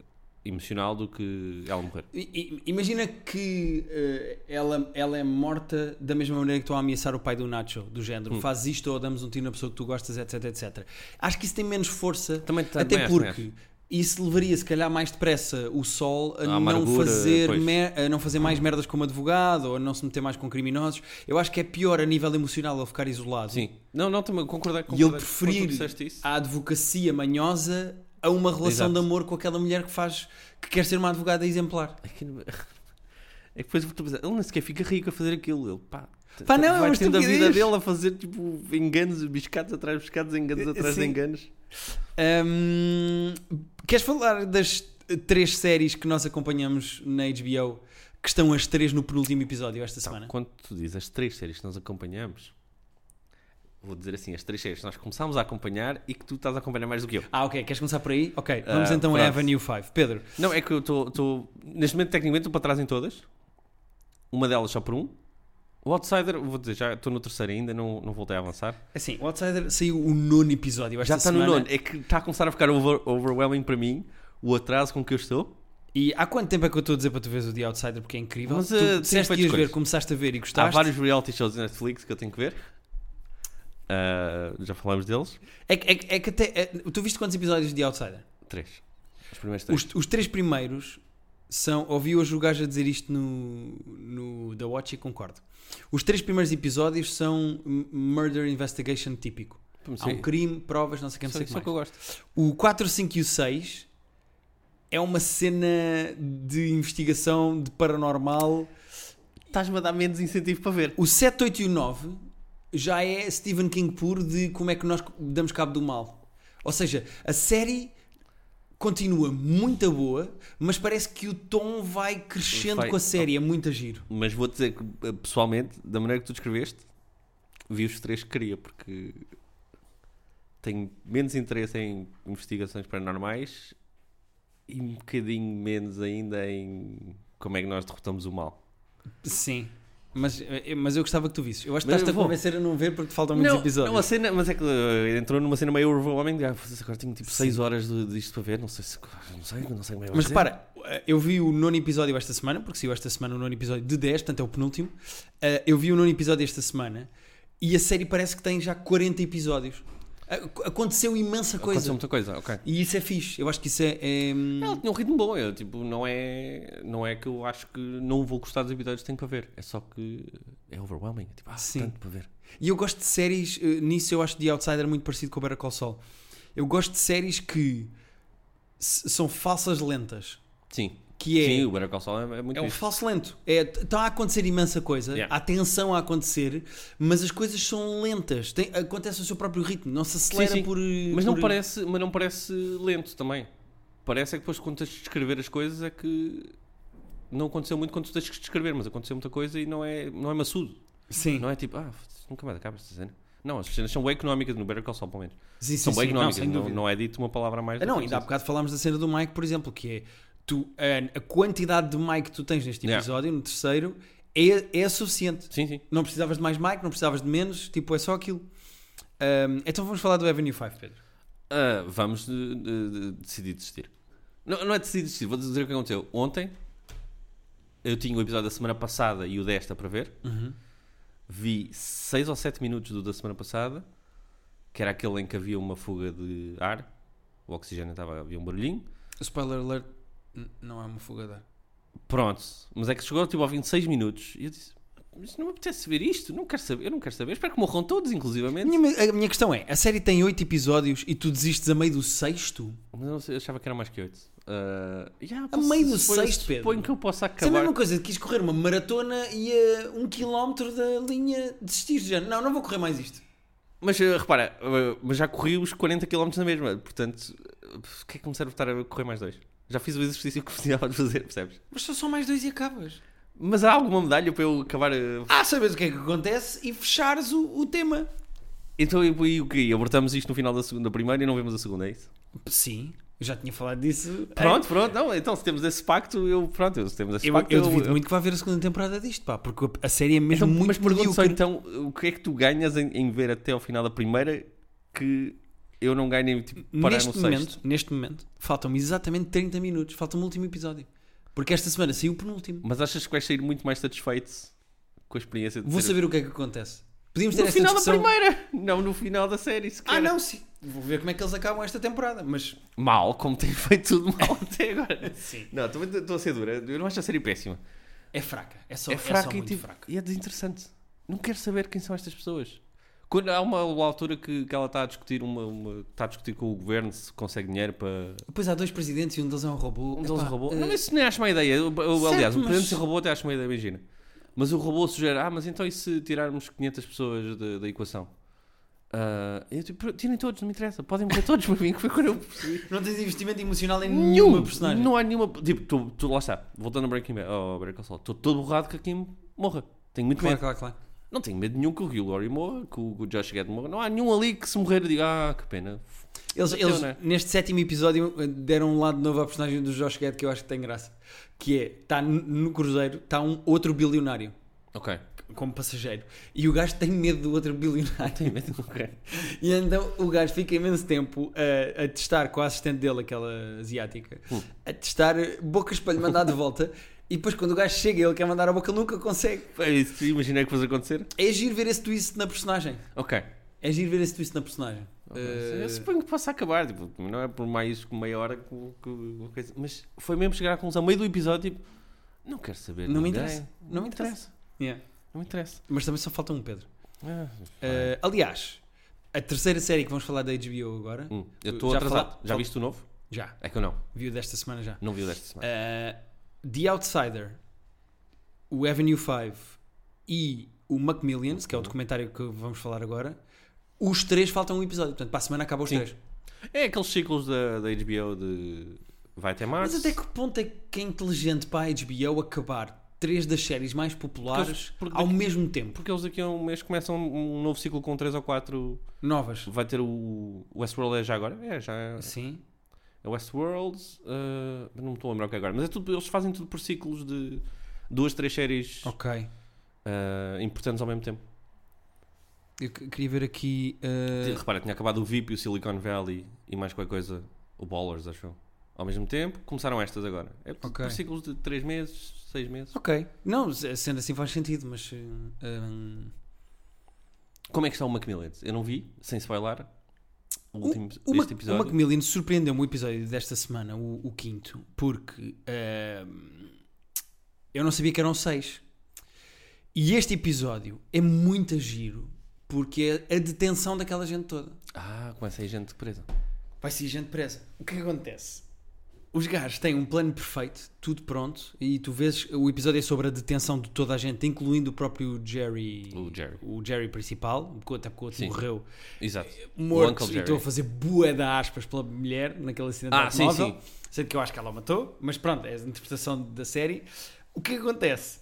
Speaker 2: emocional do que ela morrer.
Speaker 1: I- i- Imagina que eh, ela, ela é morta da mesma maneira que estão a ameaçar o pai do Nacho, do
Speaker 2: Hum.
Speaker 1: género faz isto ou damos um tiro na pessoa que tu gostas, etc, etc. Acho que isso tem menos força,
Speaker 2: Também tá- também
Speaker 1: até
Speaker 2: acho,
Speaker 1: porque
Speaker 2: também
Speaker 1: isso levaria se calhar mais depressa o sol a,
Speaker 2: A
Speaker 1: não,
Speaker 2: amargura,
Speaker 1: fazer
Speaker 2: pois. Hum.
Speaker 1: mer- a não fazer mais merdas como advogado ou a não se meter mais com criminosos. Eu acho que é pior a nível emocional ele ficar isolado.
Speaker 2: Sim. Não, não, também concordei com
Speaker 1: E ele
Speaker 2: tu
Speaker 1: preferir
Speaker 2: disseste isso.
Speaker 1: a advocacia manhosa a uma relação
Speaker 2: Exato.
Speaker 1: de amor com aquela mulher que faz que quer ser uma advogada exemplar.
Speaker 2: É que, não- [laughs] é que depois tu pensas, ele nem sequer fica rico a fazer aquilo. Ele, pá,
Speaker 1: Pá, não, é
Speaker 2: vai
Speaker 1: uma
Speaker 2: tendo a vida
Speaker 1: estupidez.
Speaker 2: dele a fazer tipo enganos, biscados atrás de biscados, enganos
Speaker 1: Eh,
Speaker 2: atrás de
Speaker 1: sim.
Speaker 2: enganos.
Speaker 1: Hum, queres falar das três séries que nós acompanhamos na HBO que estão as três no penúltimo episódio esta semana?
Speaker 2: Quando tu dizes as três séries que nós acompanhamos, vou dizer assim, as três séries que nós começámos a acompanhar e que tu estás a acompanhar mais do que eu.
Speaker 1: Ah, ok. Queres começar por aí? Ok. Vamos
Speaker 2: Ah,
Speaker 1: então a
Speaker 2: pronto.
Speaker 1: Avenue 5. Pedro,
Speaker 2: Não, é que eu estou. Neste momento, tecnicamente, estou para trás em todas. Uma delas só por um. O Outsider, vou dizer, já estou no terceiro ainda, não, não voltei a avançar.
Speaker 1: assim, o Outsider saiu o nono episódio esta
Speaker 2: já está
Speaker 1: semana.
Speaker 2: no nono. É que está a começar a ficar over- overwhelming para mim o atraso com que eu estou.
Speaker 1: E há quanto tempo é que eu estou a dizer para tu veres o The Outsider? Porque é incrível.
Speaker 2: Mas,
Speaker 1: tu
Speaker 2: eh, tem
Speaker 1: disseste que
Speaker 2: feitas
Speaker 1: ias ver,
Speaker 2: coisas.
Speaker 1: começaste a ver e
Speaker 2: Há
Speaker 1: gostaste.
Speaker 2: vários reality shows na Netflix que eu tenho que ver. Ah, já falámos deles.
Speaker 1: É, que- é que- é que até. é- tu viste quantos episódios de The Outsider?
Speaker 2: Três. Os primeiros três.
Speaker 1: Os, os três primeiros são. Ouvi hoje o gajo a dizer isto no, no The Watch e concordo. Os três primeiros episódios são m- murder investigation típico. Há um crime, provas, não sei o que, não
Speaker 2: Só-
Speaker 1: sei o que
Speaker 2: só
Speaker 1: mais.
Speaker 2: que eu gosto.
Speaker 1: O 4, 5 e o 6 é uma cena de investigação, de paranormal.
Speaker 2: Estás-me a dar menos incentivo para ver.
Speaker 1: O 7, 8 e o 9 já é Stephen King puro de como é que nós damos cabo do mal. Ou seja, a série continua muito boa, mas parece que o tom vai crescendo
Speaker 2: Vai-
Speaker 1: com a série, é muito giro.
Speaker 2: Mas vou dizer que, eh, pessoalmente, da maneira que tu descreveste, vi os três que queria, porque tenho menos interesse em investigações paranormais e um bocadinho menos ainda em como é que nós derrotamos o mal.
Speaker 1: Sim. Mas, eh, mas eu gostava que tu visses. Eu acho que
Speaker 2: Mas
Speaker 1: estás-te
Speaker 2: eu
Speaker 1: a
Speaker 2: vou.
Speaker 1: convencer a não ver porque te faltam muitos
Speaker 2: Não,
Speaker 1: episódios.
Speaker 2: não, a cena, mas é que eh, entrou numa cena meio overwhelming. de, Ah, foda-se, agora tenho tipo
Speaker 1: Sim.
Speaker 2: 6 horas de- disto para ver. Não sei se. Não sei, não sei como é que vai
Speaker 1: Mas
Speaker 2: ser.
Speaker 1: repara, eu vi o nono episódio esta semana, porque saiu esta semana o nono episódio de 10, portanto é o penúltimo. Eh, Eu vi o nono episódio esta semana e a série parece que tem já 40 episódios. Ac- Aconteceu imensa coisa.
Speaker 2: Aconteceu muita coisa, ok.
Speaker 1: E isso é fixe. Eu acho que isso é. é, hum,
Speaker 2: Ela tinha um ritmo bom, eu, tipo, não é, não é que eu acho que não vou gostar dos episódios que tenho para ver, é só que é overwhelming, é tipo, ah,
Speaker 1: Sim.
Speaker 2: tanto para ver.
Speaker 1: E eu gosto de séries, eh, nisso eu acho The Outsider muito parecido com o Better Call Saul. Eu gosto de séries que s- são falsas lentas.
Speaker 2: Sim,
Speaker 1: Que é-
Speaker 2: Sim, o Better Call Saul é, é muito
Speaker 1: É um
Speaker 2: fixe.
Speaker 1: falso lento. Está a acontecer imensa coisa,
Speaker 2: Yeah.
Speaker 1: há tensão a acontecer, mas as coisas são lentas. Tem, acontece no seu próprio ritmo, não se acelera
Speaker 2: sim.
Speaker 1: por. eh,
Speaker 2: mas, não
Speaker 1: por-
Speaker 2: parece, mas não parece lento também, parece é que depois quando tens de descrever as coisas é que não aconteceu muito quando tu tens de descrever, mas aconteceu muita coisa e não é, não é maçudo,
Speaker 1: Sim,
Speaker 2: não é tipo, ah, foda-se, nunca mais acaba esta cena. Não, as cenas são bem económicas no Better Call Saul, pelo menos.
Speaker 1: sim, sim,
Speaker 2: são bem
Speaker 1: sim. Não,
Speaker 2: económicas,
Speaker 1: sem
Speaker 2: não,
Speaker 1: dúvida.
Speaker 2: não é dito uma palavra a mais.
Speaker 1: Ah,
Speaker 2: do
Speaker 1: não,
Speaker 2: que
Speaker 1: ainda há
Speaker 2: precisa.
Speaker 1: bocado falámos da cena do Mike, por exemplo, que é tu, a, a quantidade de Mike que tu tens neste
Speaker 2: Yeah.
Speaker 1: episódio, no terceiro, é, é suficiente.
Speaker 2: Sim, sim.
Speaker 1: Não precisavas de mais Mike, não precisavas de menos, tipo, é só aquilo. Ahm, então vamos falar do Avenue 5, Pedro.
Speaker 2: Ah, vamos eh, eh, decidir desistir. Não, não é decidir desistir, vou dizer o que aconteceu. Ontem eu tinha o episódio da semana passada e o desta para ver.
Speaker 1: Uhum.
Speaker 2: Vi 6 ou 7 minutos do da semana passada, que era aquele em que havia uma fuga de ar, o oxigênio estava, havia um barulhinho.
Speaker 1: Spoiler alert, n- não é uma fuga de ar.
Speaker 2: Pronto, mas é que chegou tipo ao 26 minutos e eu disse: Mas não me apetece ver isto, não quero saber, eu não quero saber. Espero que morram todos,
Speaker 1: A
Speaker 2: inclusivamente.
Speaker 1: minha, a minha questão é: a série tem 8 episódios e tu desistes a meio do sexto?
Speaker 2: Mas eu não sei, eu achava que era mais que Ah, 8.
Speaker 1: A meio do sexto, Pedro.
Speaker 2: Suponho que eu
Speaker 1: Isso
Speaker 2: possa
Speaker 1: é a
Speaker 2: acabar.
Speaker 1: mesma coisa de quis correr uma maratona e a um quilómetro da linha desistir já. Não, não vou correr mais isto.
Speaker 2: Mas eh, repara, eh, mas já corri os 40 km na mesma, portanto, eh, o que é que me serve estar a correr mais dois? Já fiz o exercício que [laughs] precisava de fazer, percebes?
Speaker 1: Mas são só mais dois e acabas.
Speaker 2: Mas há alguma medalha para eu acabar. eh, a-
Speaker 1: Ah, sabes o que é que acontece e fechares o, o tema.
Speaker 2: Então, e e o quê? Abortamos isto no final da segunda, da primeira e não vemos a segunda, é isso?
Speaker 1: Sim, eu já tinha falado disso.
Speaker 2: Pronto, pronto, não, então se temos esse pacto, eu, pronto, eu- se temos esse
Speaker 1: É. Eu,
Speaker 2: pacto,
Speaker 1: eu duvido muito que vai haver a segunda temporada disto, pá, porque a série é mesmo
Speaker 2: Então,
Speaker 1: muito
Speaker 2: mas pergunto só
Speaker 1: medíocre.
Speaker 2: então, o que é que tu ganhas em, em ver até ao final da primeira que eu não ganho em tipo, parar
Speaker 1: neste
Speaker 2: no sexto?
Speaker 1: momento, neste momento, faltam-me exatamente 30 minutos, falta-me o último episódio. Porque esta semana saiu o penúltimo.
Speaker 2: Mas achas que vais sair muito mais satisfeito com a experiência de
Speaker 1: Vou
Speaker 2: ter-
Speaker 1: saber o que é que acontece. Podíamos ter
Speaker 2: no
Speaker 1: esta
Speaker 2: final
Speaker 1: discussão.
Speaker 2: da primeira, não no final da série sequer.
Speaker 1: Ah, não, sim. Vou ver como é que eles acabam esta temporada, mas
Speaker 2: Mal, como tem feito tudo [laughs] mal até agora.
Speaker 1: sim,
Speaker 2: Não, também estou a ser dura, eu não acho a série péssima.
Speaker 1: é fraca. É só,
Speaker 2: é fraca
Speaker 1: só
Speaker 2: e,
Speaker 1: muito
Speaker 2: tipo,
Speaker 1: fraca.
Speaker 2: e é desinteressante. Não quero saber quem são estas pessoas. Quando há uma, uma altura que, que ela está a discutir uma, uma- está a discutir com o governo se consegue dinheiro para
Speaker 1: Depois há dois presidentes e um deles é um robô.
Speaker 2: um deles
Speaker 1: Epá,
Speaker 2: robô.
Speaker 1: eh,
Speaker 2: Não, isso nem acho uma ideia. Eu- eu-
Speaker 1: certo,
Speaker 2: aliás, o
Speaker 1: mas-
Speaker 2: presidente e o robô até acho uma ideia, imagina. Mas o robô sugere, ah, mas então e se tirarmos 500 pessoas da, da equação? Ah, eu tipo, tirem todos, não me interessa. Podem morrer todos para mim, que foi quando eu percebi.
Speaker 1: Não tens investimento emocional em nenhuma
Speaker 2: Nenhum,
Speaker 1: personagem.
Speaker 2: não há nenhuma. Tipo, tu, tu- lá está, voltando a Breaking Bad, oh, Breaking Sol, estou todo borrado que a Kim morra. Tenho muito medo.
Speaker 1: Claro, claro, claro.
Speaker 2: Não tenho medo nenhum que o Hugh Laurie morra, que o que o Josh Gad morra. Não há nenhum ali que se morrer eu diga, ah, que pena.
Speaker 1: Eles,
Speaker 2: Bateu,
Speaker 1: eles,
Speaker 2: né?
Speaker 1: neste sétimo episódio, eh, deram um lado novo à personagem do Josh Gad que eu acho que tem graça. Que é, está no- no cruzeiro, está um outro bilionário,
Speaker 2: Ok. [laughs]
Speaker 1: como passageiro. E o gajo tem medo do outro bilionário. [laughs]
Speaker 2: Tenho medo, ok.
Speaker 1: E então o gajo fica imenso tempo a, a testar com a assistente dele, aquela asiática, a testar bocas para lhe mandar de volta. E depois, quando o gajo chega, ele quer mandar a boca, ele nunca consegue.
Speaker 2: É isso, que imaginei que fosse acontecer.
Speaker 1: É giro ver esse twist na personagem.
Speaker 2: Ok.
Speaker 1: É giro ver esse twist na personagem. Eh,
Speaker 2: Eu suponho que possa acabar, tipo, não é por mais que meia hora que, que- que coisa. Mas foi mesmo chegar à conclusão, meio do episódio, tipo, não quero saber. de
Speaker 1: Não me
Speaker 2: ninguém.
Speaker 1: interessa. Não me interessa. yeah.
Speaker 2: Não me interessa.
Speaker 1: Mas também só falta um Pedro.
Speaker 2: Ah,
Speaker 1: Eh, aliás, a terceira série que vamos falar da HBO agora,
Speaker 2: hum, eu estou
Speaker 1: eh, já
Speaker 2: atrasado.
Speaker 1: fala-
Speaker 2: Já viste o novo?
Speaker 1: já,
Speaker 2: É que eu não.
Speaker 1: viu desta semana já.
Speaker 2: Não vi o desta semana.
Speaker 1: Eh, The Outsider, o Avenue 5 e o Macmillians, que é o documentário que vamos falar agora, os três faltam um episódio. Portanto, para a semana acaba os
Speaker 2: Sim.
Speaker 1: três.
Speaker 2: É aqueles ciclos da, da HBO de. Vai até março.
Speaker 1: Mas até que ponto é que é inteligente para a HBO acabar três das séries mais populares
Speaker 2: Porque- porque
Speaker 1: ao
Speaker 2: daqui-
Speaker 1: mesmo tempo?
Speaker 2: Porque eles daqui a um mês começam um novo ciclo com 3 ou 4.
Speaker 1: Novas.
Speaker 2: Vai ter o. o Westworld é já agora? É, já.
Speaker 1: Sim.
Speaker 2: É Westworld. ah, não me estou a lembrar o que é agora. Mas é tudo, eles fazem tudo por ciclos de duas, três séries
Speaker 1: Ok.
Speaker 2: ah, importantes ao mesmo tempo.
Speaker 1: Eu que- queria ver aqui. eh,
Speaker 2: Repara, tinha acabado o VIP e o Silicon Valley e mais qualquer coisa. O Ballers, acho eu. Ao mesmo tempo, começaram estas agora. É tudo
Speaker 1: Ok.
Speaker 2: por ciclos de 3 meses, 6 meses.
Speaker 1: Ok. Não, se- sendo assim faz sentido, mas. eh, hum,
Speaker 2: Como é que está o Macmillan? Eu não vi, sem spoiler. O último,
Speaker 1: o, o, Mac-
Speaker 2: este episódio.
Speaker 1: o Macmillan surpreendeu-me o episódio desta semana, o, o quinto, porque eh, eu não sabia que eram seis. E este episódio é muito giro porque é a detenção daquela gente toda.
Speaker 2: Ah, começa aí gente presa.
Speaker 1: Vai ser gente presa. O que é que acontece? Os gajos têm um plano perfeito, tudo pronto, e tu vês o episódio é sobre a detenção de toda a gente, incluindo o próprio Jerry,
Speaker 2: O Jerry.
Speaker 1: o Jerry principal, porque- até porque o outro
Speaker 2: Sim.
Speaker 1: morreu
Speaker 2: Exato.
Speaker 1: morto
Speaker 2: Uncle
Speaker 1: e estou a
Speaker 2: Jerry.
Speaker 1: fazer bué de aspas pela mulher naquele acidente
Speaker 2: Ah,
Speaker 1: de automóvel.
Speaker 2: sim,
Speaker 1: Sendo que eu acho que ela o matou, mas pronto, é a interpretação da série. O que é que acontece?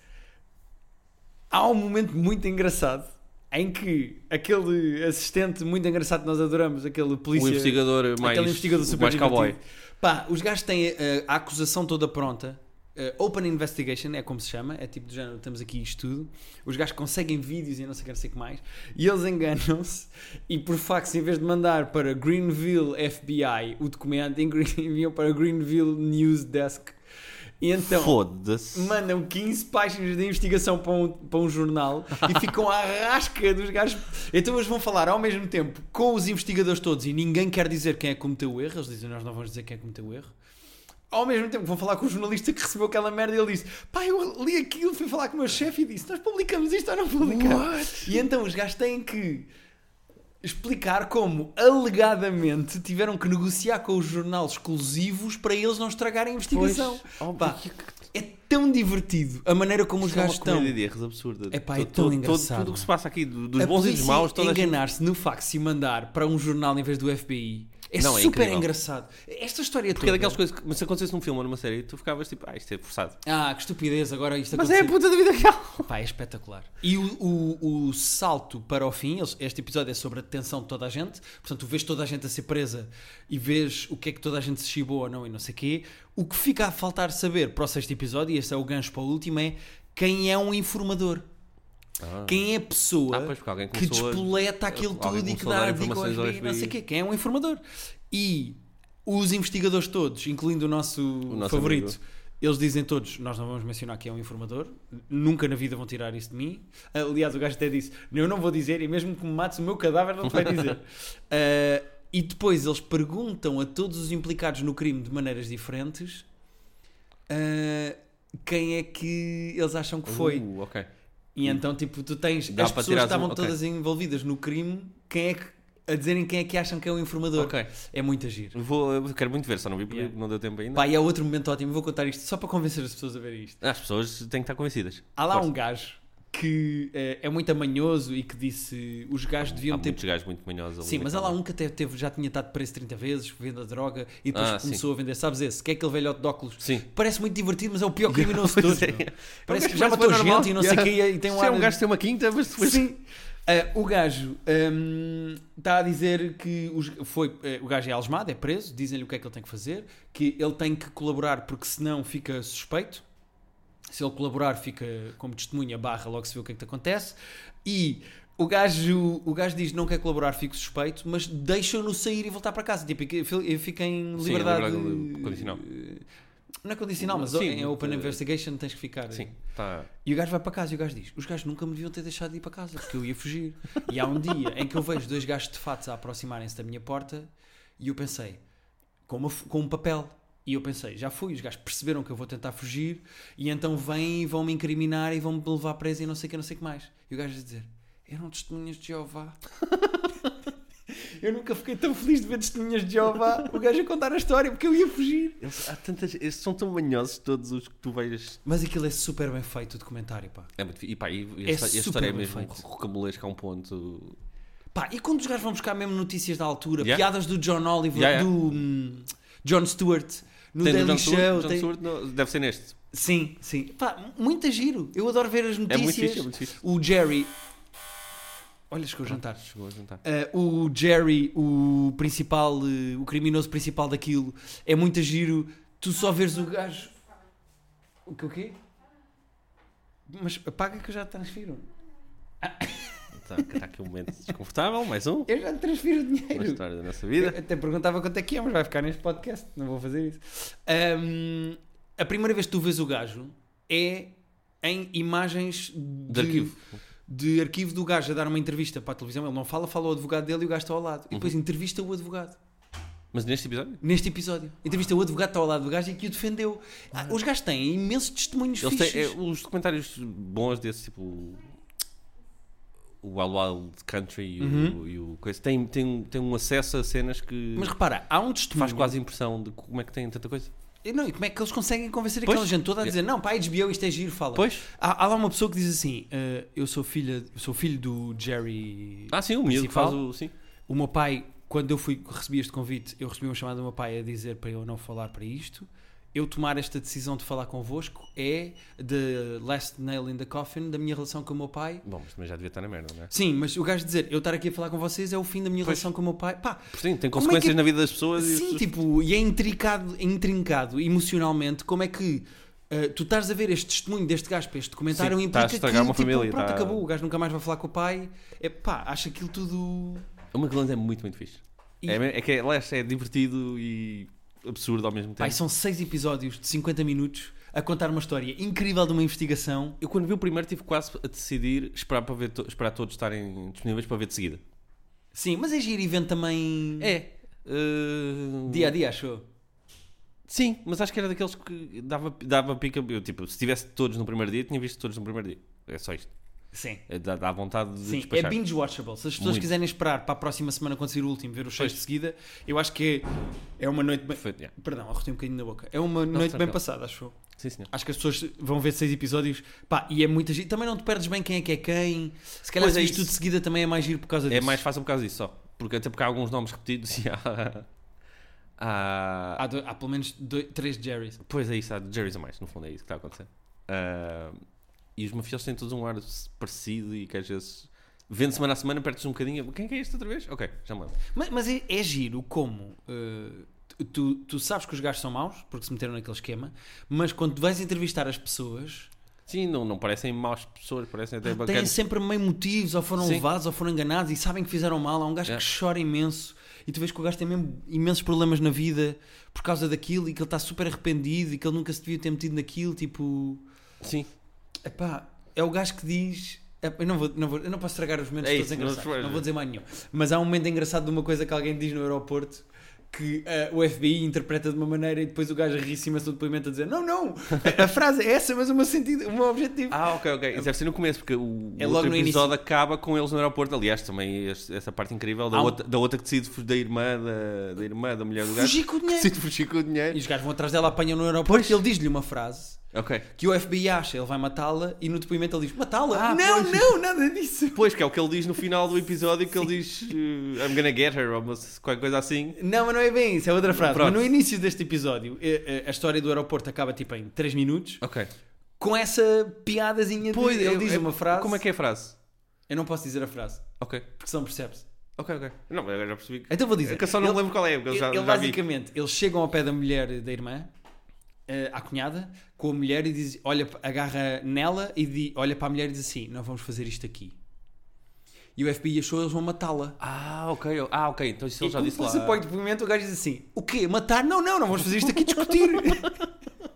Speaker 1: Há um momento muito engraçado em que aquele assistente muito engraçado que nós adoramos, aquele polícia,
Speaker 2: O Um investigador mais.
Speaker 1: aquele investigador super
Speaker 2: mais cowboy.
Speaker 1: divertido. Pá, os gajos têm eh, a, acusação toda pronta. Eh, open Investigation é como se chama, é tipo de género, temos aqui isto tudo. Os gajos conseguem vídeos e não sei o que, não sei o que mais, e eles enganam-se. E por fax, em vez de mandar para Greenville FBI o documento, [laughs] enviam para Greenville News Desk. E então
Speaker 2: Foda-se.
Speaker 1: mandam 15 páginas de investigação para um, para um jornal e ficam à rasca dos gajos. Então eles vão falar ao mesmo tempo com os investigadores todos e ninguém quer dizer quem é que cometeu o erro. Eles dizem, nós não vamos dizer quem é que cometeu o erro. Ao mesmo tempo que vão falar com o jornalista que recebeu aquela merda e ele disse: Pá, eu li aquilo, fui falar com o meu chefe e disse: Nós publicamos isto ou não publicamos? E então os gajos têm que explicar como alegadamente tiveram que negociar com os jornais exclusivos para eles não estragarem a
Speaker 2: Pois.
Speaker 1: investigação.
Speaker 2: Oh,
Speaker 1: Pá,
Speaker 2: que- que-
Speaker 1: é tão divertido a maneira como os
Speaker 2: Isto é uma
Speaker 1: gajos estão.
Speaker 2: comédia de erros absurda.
Speaker 1: Epá, é
Speaker 2: Todo-
Speaker 1: tão
Speaker 2: todo-
Speaker 1: engraçado,
Speaker 2: Tudo o que se passa aqui, do- dos
Speaker 1: A
Speaker 2: bons e dos
Speaker 1: polícia
Speaker 2: maus, toda a gente-
Speaker 1: enganar-se no fax e mandar para um jornal em vez do FBI É
Speaker 2: Não, é
Speaker 1: super
Speaker 2: incrível.
Speaker 1: engraçado. Esta história
Speaker 2: Porque é
Speaker 1: toda.
Speaker 2: daquelas coisas que, mas se acontecesse num filme ou numa série, tu ficavas tipo, ah, isto é forçado.
Speaker 1: Ah, que estupidez, agora isto
Speaker 2: Mas é a puta da vida real.
Speaker 1: Pá, é espetacular. E o, o- o salto para o fim, eles- este episódio é sobre a detenção de toda a gente, portanto, tu vês toda a gente a ser presa e vês o que é que toda a gente se chibou ou não e não sei quê. O que fica a faltar saber para o sexto episódio, e este é o gancho para o último, é quem é um informador. Quem é a pessoa
Speaker 2: Ah, pois, porque alguém
Speaker 1: que
Speaker 2: começou a-
Speaker 1: despoleta aquilo
Speaker 2: alguém
Speaker 1: tudo e que
Speaker 2: começou a
Speaker 1: dá
Speaker 2: dar
Speaker 1: a dica ao
Speaker 2: informações ao
Speaker 1: FBI, não sei
Speaker 2: FBI.
Speaker 1: quê. Quem é um informador? E os investigadores todos, incluindo o nosso,
Speaker 2: nosso
Speaker 1: favorito,
Speaker 2: amigo.
Speaker 1: eles dizem todos, nós não vamos mencionar que é um informador, nunca na vida vão tirar isso de mim. Aliás, o gajo até disse, eu não vou dizer e mesmo que me mates o meu cadáver não te vai dizer.
Speaker 2: [laughs]
Speaker 1: Ah, e depois eles perguntam a todos os implicados no crime de maneiras diferentes ah, quem é que eles acham que foi.
Speaker 2: Uh, ok.
Speaker 1: E então, tipo, tu tens
Speaker 2: Dá
Speaker 1: as
Speaker 2: para
Speaker 1: pessoas que
Speaker 2: tirar
Speaker 1: estavam
Speaker 2: um- ok.
Speaker 1: todas envolvidas no crime, quem é que, a dizerem quem é que acham que é o informador.
Speaker 2: Ok.
Speaker 1: É muito agir.
Speaker 2: Vou, eu quero muito ver, só não vi porque
Speaker 1: Yeah.
Speaker 2: não deu tempo ainda.
Speaker 1: Pá, e há outro momento ótimo, vou contar isto só para convencer as pessoas a verem isto.
Speaker 2: As pessoas têm que estar convencidas.
Speaker 1: Há lá
Speaker 2: Força.
Speaker 1: um gajo que eh, é, muito amanhoso e que disse os gajos deviam
Speaker 2: Há
Speaker 1: ter.
Speaker 2: muitos gajos muito manhosos ali.
Speaker 1: Sim, mas há lá
Speaker 2: naquela-
Speaker 1: um que até teve, já tinha estado preso 30 vezes, vendo a droga e depois
Speaker 2: Ah,
Speaker 1: começou a vender. Sabes esse? Que é aquele velhote de óculos?
Speaker 2: Sim.
Speaker 1: Parece muito divertido, mas é o
Speaker 2: [laughs]
Speaker 1: pior criminoso de
Speaker 2: Pois
Speaker 1: todos.
Speaker 2: é.
Speaker 1: meu.
Speaker 2: É um
Speaker 1: Parece
Speaker 2: gajo
Speaker 1: que já
Speaker 2: mais
Speaker 1: matou
Speaker 2: normal.
Speaker 1: gente e não
Speaker 2: [laughs]
Speaker 1: sei o
Speaker 2: Yeah.
Speaker 1: quê. E tem um
Speaker 2: Se é
Speaker 1: ar
Speaker 2: um
Speaker 1: de-
Speaker 2: gajo que tem uma quinta, mas depois. [laughs]
Speaker 1: Sim. Ah, o gajo hum, está a dizer que os- foi, eh, o gajo é algemado, é preso, dizem-lhe o que é que ele tem que fazer, que ele tem que colaborar porque senão fica suspeito. Se ele colaborar, fica como testemunha, barra, logo se vê o que é que te acontece. E o gajo, o gajo diz: não quer colaborar, fico suspeito, mas deixam-no sair e voltar para casa. Tipo, eu fico em
Speaker 2: Sim, é
Speaker 1: liberdade.
Speaker 2: liberdade condicional.
Speaker 1: eh, Não é condicional, mas
Speaker 2: Sim,
Speaker 1: em open
Speaker 2: eh,
Speaker 1: investigation tens que ficar. eh,
Speaker 2: Sim, tá.
Speaker 1: E o gajo vai para casa e o gajo diz: Os gajos nunca me deviam ter deixado de ir para casa porque eu ia fugir. e há um dia em que eu vejo dois gajos de fatos a aproximarem-se da minha porta e eu pensei: com, uma f- com um papel. E eu pensei: Já fui. Os gajos perceberam que eu vou tentar fugir e então vêm e vão me incriminar e vão me levar preso e não sei o que, não sei o que mais. E o gajo a dizer: Eram testemunhas de Jeová. [laughs] eu nunca fiquei tão feliz de ver testemunhas de Jeová. O gajo a contar a história porque eu ia fugir.
Speaker 2: Eles, há tantas, eles são tão manhosos todos os que tu vejas.
Speaker 1: Mas aquilo é super bem feito, o documentário, pá.
Speaker 2: É muito fi- E pá, e, e
Speaker 1: É
Speaker 2: esta, e a história é
Speaker 1: super bem
Speaker 2: mesmo
Speaker 1: feito.
Speaker 2: rocambolesca a um ponto.
Speaker 1: Pá, e quando os gajos vão buscar mesmo notícias da altura,
Speaker 2: Yeah.
Speaker 1: piadas do John Oliver,
Speaker 2: Yeah, yeah.
Speaker 1: do hum, John Stewart, no
Speaker 2: Tem no
Speaker 1: Daily
Speaker 2: John
Speaker 1: Show.
Speaker 2: Stewart, John
Speaker 1: tem-
Speaker 2: Stewart, não, deve ser neste.
Speaker 1: Sim, sim. Pá, muito é giro. Eu adoro ver as
Speaker 2: É
Speaker 1: notícias.
Speaker 2: muito fixe, é muito fixe.
Speaker 1: O Jerry. Olha, chegou o jantar.
Speaker 2: Chegou a jantar. Tá,
Speaker 1: Ah, o Jerry, o principal, eh, o criminoso principal daquilo, é muito giro. Tu só veres o gajo. O que o quê? Mas paga que eu já te transfiro.
Speaker 2: Está está aqui um momento desconfortável, mais um.
Speaker 1: Eu já te transfiro
Speaker 2: Uma
Speaker 1: dinheiro.
Speaker 2: história da nossa
Speaker 1: Eu
Speaker 2: vida.
Speaker 1: até perguntava quanto é que é, mas vai ficar neste podcast, não vou fazer isso. Ahm, a primeira vez que tu vês o gajo é em imagens de,
Speaker 2: De arquivo.
Speaker 1: de arquivo do gajo a dar uma entrevista para a televisão. Ele não fala, fala ao advogado dele e o gajo está ao lado. E
Speaker 2: Uhum.
Speaker 1: depois entrevista o advogado.
Speaker 2: Mas neste episódio,
Speaker 1: Neste episódio, entrevista o advogado está ao lado do gajo e que o defendeu. Ah, os gajos têm imensos testemunhos
Speaker 2: eles
Speaker 1: fixes.
Speaker 2: têm, é, os documentários bons desse tipo. O Wild Wild Country e o, e o coisa. Tem, tem, tem um acesso a cenas que
Speaker 1: Uhum. Mas repara, há um
Speaker 2: faz
Speaker 1: testemunho.
Speaker 2: quase impressão de como é que tem tanta coisa.
Speaker 1: E Não, e como é que eles conseguem convencer
Speaker 2: Pois.
Speaker 1: aquela gente toda a dizer não, pá, HBO, isto é giro, fala.
Speaker 2: Pois.
Speaker 1: Há, há lá uma pessoa que diz assim: "Ah, Eu sou filha, eu sou filho do Jerry.
Speaker 2: Ah, sim, o miúdo que
Speaker 1: Principal.
Speaker 2: faz o. Sim.
Speaker 1: O meu pai, quando eu fui recebi este convite, eu recebi uma chamada do meu pai a dizer para eu não falar para isto. Eu tomar esta decisão de falar convosco é the last nail in the coffin da minha relação com o meu pai.
Speaker 2: Bom, mas também já devia estar na merda, não é?
Speaker 1: Sim, mas o gajo dizer eu estar aqui a falar com vocês é o fim da minha relação com o meu pai. Pá,
Speaker 2: Sim, tem
Speaker 1: Como é
Speaker 2: consequências
Speaker 1: que-
Speaker 2: na vida das pessoas e as
Speaker 1: Sim,
Speaker 2: pessoas-
Speaker 1: tipo, e é intricado, é intrincado emocionalmente como é que ah, tu estás a ver este testemunho deste gajo para este documentário
Speaker 2: Sim,
Speaker 1: implica
Speaker 2: está a estragar
Speaker 1: que,
Speaker 2: uma
Speaker 1: tipo,
Speaker 2: família, tá.
Speaker 1: pronto,
Speaker 2: está-
Speaker 1: acabou, o gajo nunca mais vai falar com o pai. É pá, acho aquilo tudo...
Speaker 2: O McLaren é muito, muito fixe.
Speaker 1: E-
Speaker 2: É, me- é que é, lá está, é divertido e absurdo ao mesmo tempo.
Speaker 1: Pai, são seis episódios de 50 minutos a contar uma história incrível de uma investigação.
Speaker 2: Eu quando vi o primeiro tive quase a decidir esperar, para ver to- esperar todos estarem disponíveis para ver de seguida.
Speaker 1: Sim, mas é giro e vendo também...
Speaker 2: É. eh,
Speaker 1: Dia a dia, achou?
Speaker 2: Sim, mas acho que era daqueles que dava, dava pica. Eu, tipo, se tivesse todos no primeiro dia, tinha visto todos no primeiro dia. É só isto.
Speaker 1: Sim.
Speaker 2: É, Dá, dá vontade de
Speaker 1: Sim, é
Speaker 2: despachar.
Speaker 1: binge watchable. Se as pessoas
Speaker 2: Muito.
Speaker 1: quiserem esperar para a próxima semana quando sair o último, ver os seis de
Speaker 2: Pois.
Speaker 1: seguida, eu acho que é, é uma noite bem.
Speaker 2: Perfeito, yeah.
Speaker 1: Perdão, arrotei um bocadinho na boca. É uma noite bem
Speaker 2: tranquilo.
Speaker 1: passada, acho eu.
Speaker 2: Sim, senhor.
Speaker 1: Acho que as pessoas vão ver seis episódios pá, e é muita gente. Também não te perdes bem quem é que é quem. Se calhar
Speaker 2: Pois
Speaker 1: se
Speaker 2: é
Speaker 1: viste
Speaker 2: isso.
Speaker 1: tudo de seguida também é mais giro por causa
Speaker 2: É
Speaker 1: disso.
Speaker 2: mais fácil por causa disso só. Porque até porque há [laughs] alguns nomes repetidos e há. Há,
Speaker 1: Há, do- há pelo menos dois, três Jerrys.
Speaker 2: Pois é isso, há de Jerry's a mais, no fundo é isso que está a acontecer. Ah, e os mafiosos têm todos um ar parecido e que às vezes vende semana a semana, perdes um bocadinho. Quem é que é este outra vez? Ok, já me lembro.
Speaker 1: Mas, mas é, é giro como eh, tu, tu sabes que os gajos são maus, porque se meteram naquele esquema, mas quando tu vais entrevistar as pessoas,
Speaker 2: Sim, não, não parecem más pessoas, parecem até
Speaker 1: têm
Speaker 2: bacanas.
Speaker 1: sempre meio motivos, ou foram
Speaker 2: Sim. É.
Speaker 1: levados, ou foram enganados, e sabem que fizeram mal. Há um gajo
Speaker 2: Yeah.
Speaker 1: que chora imenso, e tu vês que o gajo tem mesmo imensos problemas na vida por causa daquilo, e que ele está super arrependido, e que ele nunca se devia ter metido naquilo, tipo...
Speaker 2: Sim,
Speaker 1: Epá, é o gajo que diz... Eu não, vou, não, vou, eu não posso estragar os momentos
Speaker 2: É
Speaker 1: todos
Speaker 2: isso, não
Speaker 1: engraçados,
Speaker 2: te
Speaker 1: não,
Speaker 2: fores.
Speaker 1: vou dizer mais nenhum. Mas há um momento engraçado de uma coisa que alguém diz no aeroporto que ah, o FBI interpreta de uma maneira e depois o gajo ri-se imenso do depoimento a dizer não, não, a, a frase é essa, mas o meu sentido, o meu objetivo.
Speaker 2: Ah, ok, ok. Isso deve ser no começo, porque o
Speaker 1: É
Speaker 2: é
Speaker 1: logo
Speaker 2: outro
Speaker 1: no
Speaker 2: episódio acaba com eles no aeroporto. Aliás, também este- essa parte incrível da,
Speaker 1: Há um-
Speaker 2: outra, da outra que decide fugir da irmã da, da irmã da mulher do gajo.
Speaker 1: Fugir com o
Speaker 2: Que
Speaker 1: dinheiro.
Speaker 2: decide fugir com o
Speaker 1: E
Speaker 2: dinheiro.
Speaker 1: os gajos vão atrás dela, apanham no aeroporto e ele diz-lhe uma frase
Speaker 2: Ok.
Speaker 1: que o FBI acha, ele vai matá-la e no depoimento ele diz matá-la.
Speaker 2: Ah,
Speaker 1: não,
Speaker 2: pois.
Speaker 1: não, nada disso.
Speaker 2: Pois, que é o que ele diz no
Speaker 1: [laughs]
Speaker 2: final do episódio, que ele diz eh, I'm gonna get her, ou uma- qualquer coisa assim.
Speaker 1: Não, mas não é bem isso, é outra frase.
Speaker 2: Pronto.
Speaker 1: Mas no início deste episódio, eh, eh, a história do aeroporto acaba tipo em 3 minutos.
Speaker 2: Ok.
Speaker 1: com essa piadazinha
Speaker 2: Pois,
Speaker 1: de, ele
Speaker 2: é-
Speaker 1: diz
Speaker 2: é-
Speaker 1: uma frase
Speaker 2: Como é que é a frase?
Speaker 1: eu não posso dizer a frase
Speaker 2: Ok.
Speaker 1: porque senão percebe-se
Speaker 2: Ok, ok. Não, mas eu já percebi. que-
Speaker 1: então vou dizer
Speaker 2: É que eu só não
Speaker 1: Ele-
Speaker 2: me lembro qual é, porque eu
Speaker 1: ele,
Speaker 2: já,
Speaker 1: ele
Speaker 2: já vi.
Speaker 1: basicamente eles chegam ao pé da mulher da irmã eh, à cunhada com a mulher e diz olha agarra nela e di- olha para a mulher e diz assim não vamos fazer isto aqui e o FBI achou eles vão matá-la
Speaker 2: Ah, ok. Ah, ok. Então isso ele
Speaker 1: e
Speaker 2: já
Speaker 1: como
Speaker 2: disse
Speaker 1: polícia
Speaker 2: lá.
Speaker 1: põe depoimento, o gajo diz assim: O quê? Matar? Não, não, não vamos fazer isto aqui discutir. [laughs]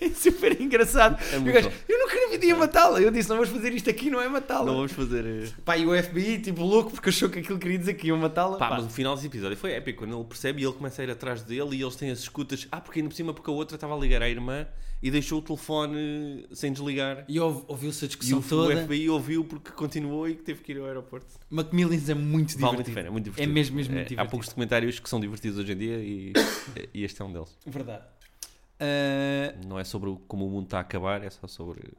Speaker 1: é super engraçado.
Speaker 2: É
Speaker 1: E o
Speaker 2: muito
Speaker 1: gajo,
Speaker 2: bom.
Speaker 1: eu nunca na vida ia matá-la. Eu disse: Não vamos fazer isto aqui, não é
Speaker 2: Não
Speaker 1: matá-la.
Speaker 2: vamos fazer... eh,
Speaker 1: Pá, e o FBI, tipo, louco, porque achou que aquilo queria dizer que iam matá-la.
Speaker 2: Pá,
Speaker 1: Pá,
Speaker 2: mas o final desse episódio foi épico. Quando ele percebe e ele começa a ir atrás dele e eles têm as escutas. Ah, porque ainda por cima, porque a outra estava a ligar à irmã e deixou o telefone eh, sem desligar.
Speaker 1: E ouve- ouviu-se a
Speaker 2: E
Speaker 1: discussão
Speaker 2: o, o
Speaker 1: toda.
Speaker 2: FBI ouviu porque continuou e que teve que ir ao aeroporto.
Speaker 1: Macmillans é muito divertido.
Speaker 2: Vale muito a pena, é muito divertido.
Speaker 1: É mesmo, mesmo muito
Speaker 2: Há
Speaker 1: divertido.
Speaker 2: poucos documentários que são divertidos hoje em dia e, e este é um deles.
Speaker 1: Verdade. Ah,
Speaker 2: Não é sobre o- como o mundo está a acabar, é só sobre.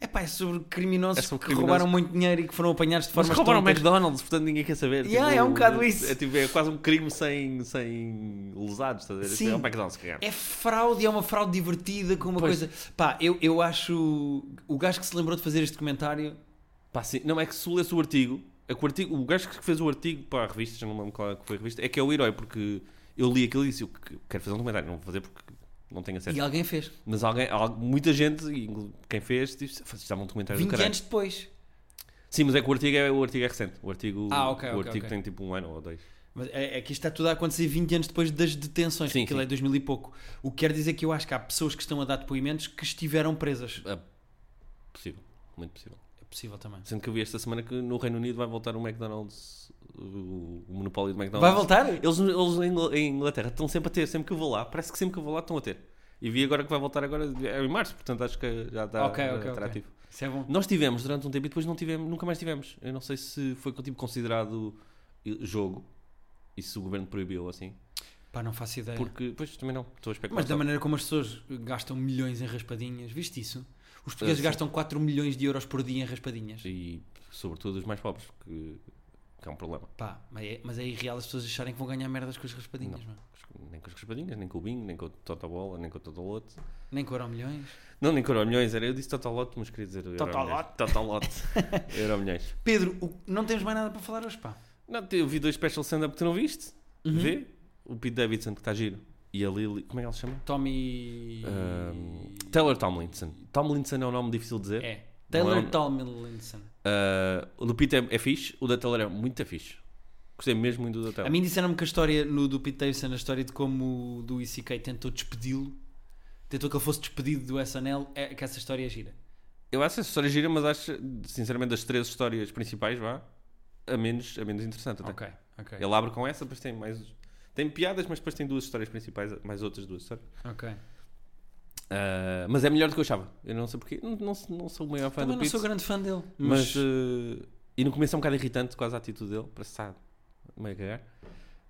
Speaker 1: é pá, é sobre criminosos
Speaker 2: É sobre
Speaker 1: que
Speaker 2: criminosos.
Speaker 1: roubaram muito dinheiro e que foram apanhados de
Speaker 2: Mas
Speaker 1: forma
Speaker 2: roubaram o McDonald's, portanto ninguém quer saber.
Speaker 1: Yeah, é um bocado isso.
Speaker 2: É, tipo, é quase um crime sem, sem lesados, estás a ver?
Speaker 1: Sim.
Speaker 2: É o McDonald's que ganha.
Speaker 1: É fraude, é uma fraude divertida com uma
Speaker 2: Pois.
Speaker 1: coisa. Pá, eu, eu acho. O gajo que se lembrou de fazer este comentário.
Speaker 2: Pá, sim. Não, é que se lesse o artigo, é que o artigo, o gajo que fez o artigo para a revista, já não me lembro qual é que foi a revista, é que é o herói, porque eu li aquilo e disse, eu que- quero fazer um documentário, não vou fazer porque não tenho acesso.
Speaker 1: E alguém fez.
Speaker 2: Mas alguém, al- muita gente, e inclu- quem fez, disse, "Faz- isto dá um documentário do
Speaker 1: 20
Speaker 2: caralho.
Speaker 1: anos depois.
Speaker 2: Sim, mas é que o artigo é, o artigo é recente. O artigo,
Speaker 1: Ah, ok,
Speaker 2: o
Speaker 1: ok,
Speaker 2: artigo
Speaker 1: ok.
Speaker 2: tem tipo um ano ou dois.
Speaker 1: Mas é, é que isto está tudo a acontecer 20 anos depois das detenções,
Speaker 2: Sim,
Speaker 1: porque aquilo
Speaker 2: sim.
Speaker 1: é 2000 e pouco. O que quer dizer que eu acho que há pessoas que estão a dar depoimentos que estiveram presas.
Speaker 2: É possível, muito possível.
Speaker 1: É possível também.
Speaker 2: Sendo que eu vi esta semana que no Reino Unido vai voltar o McDonald's, o, o monopólio do McDonald's.
Speaker 1: Vai voltar?
Speaker 2: Eles, eles em Ingl- em Inglaterra estão sempre a ter, sempre que eu vou lá, parece que sempre que eu vou lá estão a ter. E vi agora que vai voltar agora é em março, portanto acho que já está
Speaker 1: Ok,
Speaker 2: já
Speaker 1: ok,
Speaker 2: está
Speaker 1: ok.
Speaker 2: ativo.
Speaker 1: Isso é bom.
Speaker 2: Nós tivemos durante um tempo e depois não tivemos, nunca mais tivemos. Eu não sei se foi tipo considerado jogo e se o governo proibiu ou assim.
Speaker 1: Pá, não faço ideia.
Speaker 2: Porque, pois também não, estou a especular.
Speaker 1: Mas da
Speaker 2: só.
Speaker 1: maneira como as pessoas gastam milhões em raspadinhas, viste isso? Os portugueses
Speaker 2: Eh, sim.
Speaker 1: gastam 4 milhões de euros por dia em raspadinhas.
Speaker 2: E sobretudo os mais pobres, que, que é um problema.
Speaker 1: Pá, mas é, mas é irreal as pessoas acharem que vão ganhar merdas com as raspadinhas, mano.
Speaker 2: Nem com as raspadinhas, nem com o bingo, nem com o Totobola, nem com o Totolote.
Speaker 1: Nem com milhões.
Speaker 2: Não, nem com o Euromilhões, era eu disse Totolote, mas queria dizer
Speaker 1: Totolote?
Speaker 2: Euromilhões. Totolote.
Speaker 1: [laughs]
Speaker 2: Euromilhões.
Speaker 1: Pedro, o- não temos mais nada para falar hoje, pá.
Speaker 2: Não, eu vi dois special stand-up que tu não viste.
Speaker 1: Uhum.
Speaker 2: Vê? O Pete Davidson, que está giro. E a Lily, como é que ela se chama?
Speaker 1: Tommy.
Speaker 2: Ahm, Taylor Tomlinson. Tomlinson é um nome difícil de dizer.
Speaker 1: É. Taylor
Speaker 2: Ehm, Não é um-
Speaker 1: Tomlinson.
Speaker 2: Ah, o do Pete é, é fixe, o da Taylor é muito fixe. Gostei mesmo muito do da Taylor.
Speaker 1: A mim disseram-me que a história no, do Pete Davidson, a história de como o Louis C.K. tentou despedi-lo, tentou que ele fosse despedido do SNL, é que essa história é gira.
Speaker 2: Eu acho essa história gira, mas acho, sinceramente, das três histórias principais, vá, a menos, a menos interessante até.
Speaker 1: Ok, ok.
Speaker 2: Ele abre com essa, depois tem mais. Tem piadas, mas depois tem duas histórias principais, mais outras duas histórias.
Speaker 1: ok.
Speaker 2: Ah, mas é melhor do que eu achava. Eu não sei porquê. Não, não, não sou o maior fã
Speaker 1: Também não
Speaker 2: do Pete.
Speaker 1: sou grande fã dele,
Speaker 2: Mas.
Speaker 1: mas.
Speaker 2: eh, e no começo é um bocado irritante, quase a atitude dele, parece que está meio a cagar.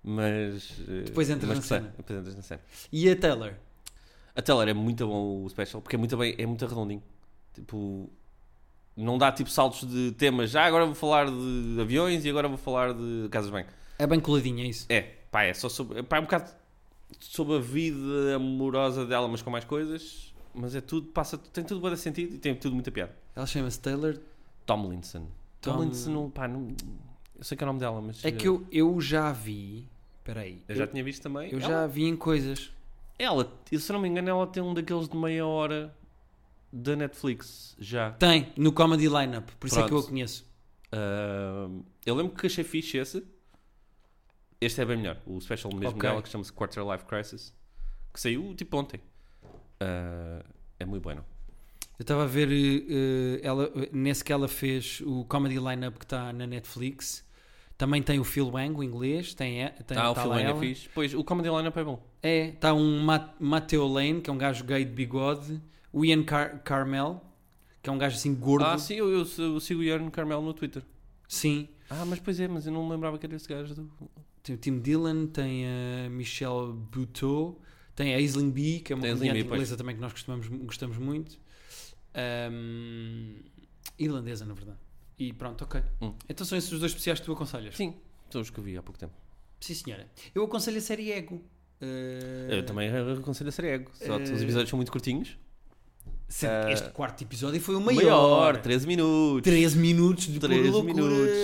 Speaker 2: Mas. eh,
Speaker 1: Depois entras
Speaker 2: mas
Speaker 1: na
Speaker 2: gostei.
Speaker 1: cena.
Speaker 2: Depois entras na cena.
Speaker 1: E a Taylor?
Speaker 2: A Taylor é muito bom o special, porque é muito, bem, é muito arredondinho. Tipo, não dá tipo saltos de temas. Já agora vou falar de aviões e agora vou falar de casas de banho.
Speaker 1: É bem coladinha, é isso.
Speaker 2: É, pá, é só sobre. Pá, é um bocado sobre a vida amorosa dela, mas com mais coisas. Mas é tudo, passa, tem tudo bem sentido e tem tudo muita piada.
Speaker 1: Ela chama-se Taylor.
Speaker 2: Tomlinson.
Speaker 1: Tom-
Speaker 2: Tomlinson, não- pá, não, eu sei que é o nome dela, mas.
Speaker 1: É que eu, eu já vi. Espera aí.
Speaker 2: Eu já tinha visto também.
Speaker 1: eu
Speaker 2: ela,
Speaker 1: já vi em coisas.
Speaker 2: Ela, se eu não me engano, ela tem um daqueles de meia hora da Netflix já.
Speaker 1: Tem, no Comedy Lineup. Por isso é que eu
Speaker 2: Pronto.
Speaker 1: a conheço.
Speaker 2: Ah, eu lembro que achei fixe esse. Este é bem melhor. O special mesmo
Speaker 1: Ok.
Speaker 2: dela, que chama-se Quarter Life Crisis, que saiu tipo ontem. Ah, é muito bueno.
Speaker 1: Eu estava a ver eh, eh, ela, eh, nesse que ela fez o Comedy Lineup que está na Netflix. Também tem o Phil Wang, o inglês. Tem, e- tem
Speaker 2: ah, o
Speaker 1: tá
Speaker 2: filme
Speaker 1: lá
Speaker 2: é
Speaker 1: ela.
Speaker 2: fixe. Pois, o Comedy Lineup é bom.
Speaker 1: É, está um Mat Mateo Lane, que é um gajo gay de bigode. O Ian Car Carmel, que é um gajo assim gordo.
Speaker 2: Ah, sim, eu, eu, eu sigo o Ian Carmelo no Twitter.
Speaker 1: Sim.
Speaker 2: Ah, mas pois é, mas eu não me lembrava que era esse gajo do.
Speaker 1: Tem o Tim Dillon, tem a Michelle Buteau, tem a Aisling B, que é uma
Speaker 2: Tem a Aisling
Speaker 1: comediante
Speaker 2: Bee, pois.
Speaker 1: inglesa também que nós costumamos, gostamos muito. Ahm, irlandesa, na verdade. E pronto, ok.
Speaker 2: Hum.
Speaker 1: Então são esses os dois especiais que tu aconselhas?
Speaker 2: Sim, são os que eu vi há pouco tempo.
Speaker 1: Sim, senhora. Eu aconselho a série Ego. Ah,
Speaker 2: Eu também aconselho a ser ego. Só que os
Speaker 1: eh,
Speaker 2: episódios são muito curtinhos.
Speaker 1: sendo que
Speaker 2: ah,
Speaker 1: este quarto episódio foi o
Speaker 2: Maior,
Speaker 1: maior.
Speaker 2: 13 minutos.
Speaker 1: 13 minutos de
Speaker 2: 13
Speaker 1: pura loucura.
Speaker 2: minutos.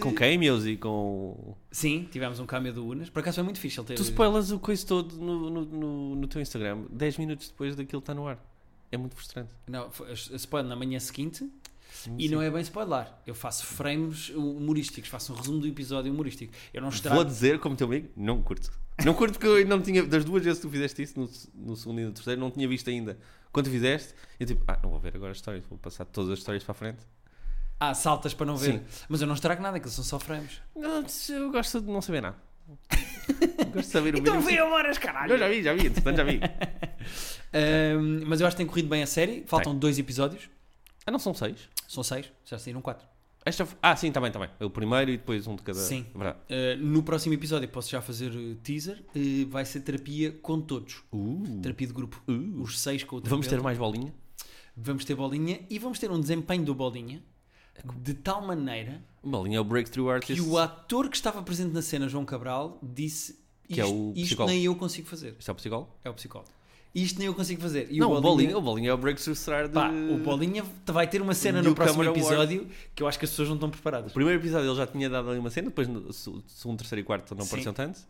Speaker 2: Com cameos e com.
Speaker 1: Sim, tivemos um cameo do Unas. Por acaso foi muito fixe ele ter...
Speaker 2: Tu spoilas o coisa todo no, no, no, no teu Instagram 10 minutos depois daquilo estar no ar. É muito frustrante.
Speaker 1: Não, foi- spoiler na manhã seguinte. E não é bem spoiler. Eu faço frames humorísticos, faço um resumo do episódio humorístico. Eu não
Speaker 2: Vou
Speaker 1: estrago.
Speaker 2: dizer, como teu amigo, não curto. Não curto que eu não tinha. Das duas vezes que tu fizeste isso, no, no segundo e no terceiro, não tinha visto ainda. Quando tu fizeste, eu tipo, ah, não vou ver agora as histórias, vou passar todas as histórias para a frente.
Speaker 1: Ah, saltas para não ver. Mas eu não estrago nada, aquilo são só frames.
Speaker 2: Não, eu gosto de não saber nada. [laughs] gosto de saber o
Speaker 1: Então
Speaker 2: mínimo.
Speaker 1: vê horas, caralho!
Speaker 2: Eu já vi, já vi, entretanto já vi.
Speaker 1: Ahm, mas eu acho que tem corrido bem a série. Faltam dois episódios.
Speaker 2: [laughs] Ah, não são seis?
Speaker 1: São seis, já saíram quatro.
Speaker 2: Esta f- Ah, sim, está bem, está bem. O primeiro e depois um de cada.
Speaker 1: Sim.
Speaker 2: Verdade.
Speaker 1: Ah, no próximo episódio, posso já fazer eh, teaser, eh, vai ser terapia com todos. Terapia de grupo.
Speaker 2: Uh.
Speaker 1: Os seis com o
Speaker 2: Vamos ter
Speaker 1: terapeuta.
Speaker 2: mais bolinha?
Speaker 1: Vamos ter bolinha e vamos ter um desempenho do bolinha
Speaker 2: É
Speaker 1: de tal maneira
Speaker 2: Bolinha é o Breakthrough Artist.
Speaker 1: que o ator que estava presente na cena, João Cabral, disse isto,
Speaker 2: Que é o
Speaker 1: isto
Speaker 2: psicólogo."
Speaker 1: nem eu consigo fazer.
Speaker 2: Isto é o psicólogo?
Speaker 1: É o psicólogo. Isto nem eu consigo fazer. E
Speaker 2: não,
Speaker 1: o
Speaker 2: o bolinha, o bolinha é o Breakthrough Star de...
Speaker 1: pá, o Bolinha vai ter uma cena
Speaker 2: New
Speaker 1: no próximo
Speaker 2: Camera Award.
Speaker 1: episódio que eu acho que as pessoas não estão preparadas.
Speaker 2: O primeiro episódio ele já tinha dado ali uma cena, depois no se- segundo, terceiro e quarto não
Speaker 1: Sim.
Speaker 2: apareceu tanto.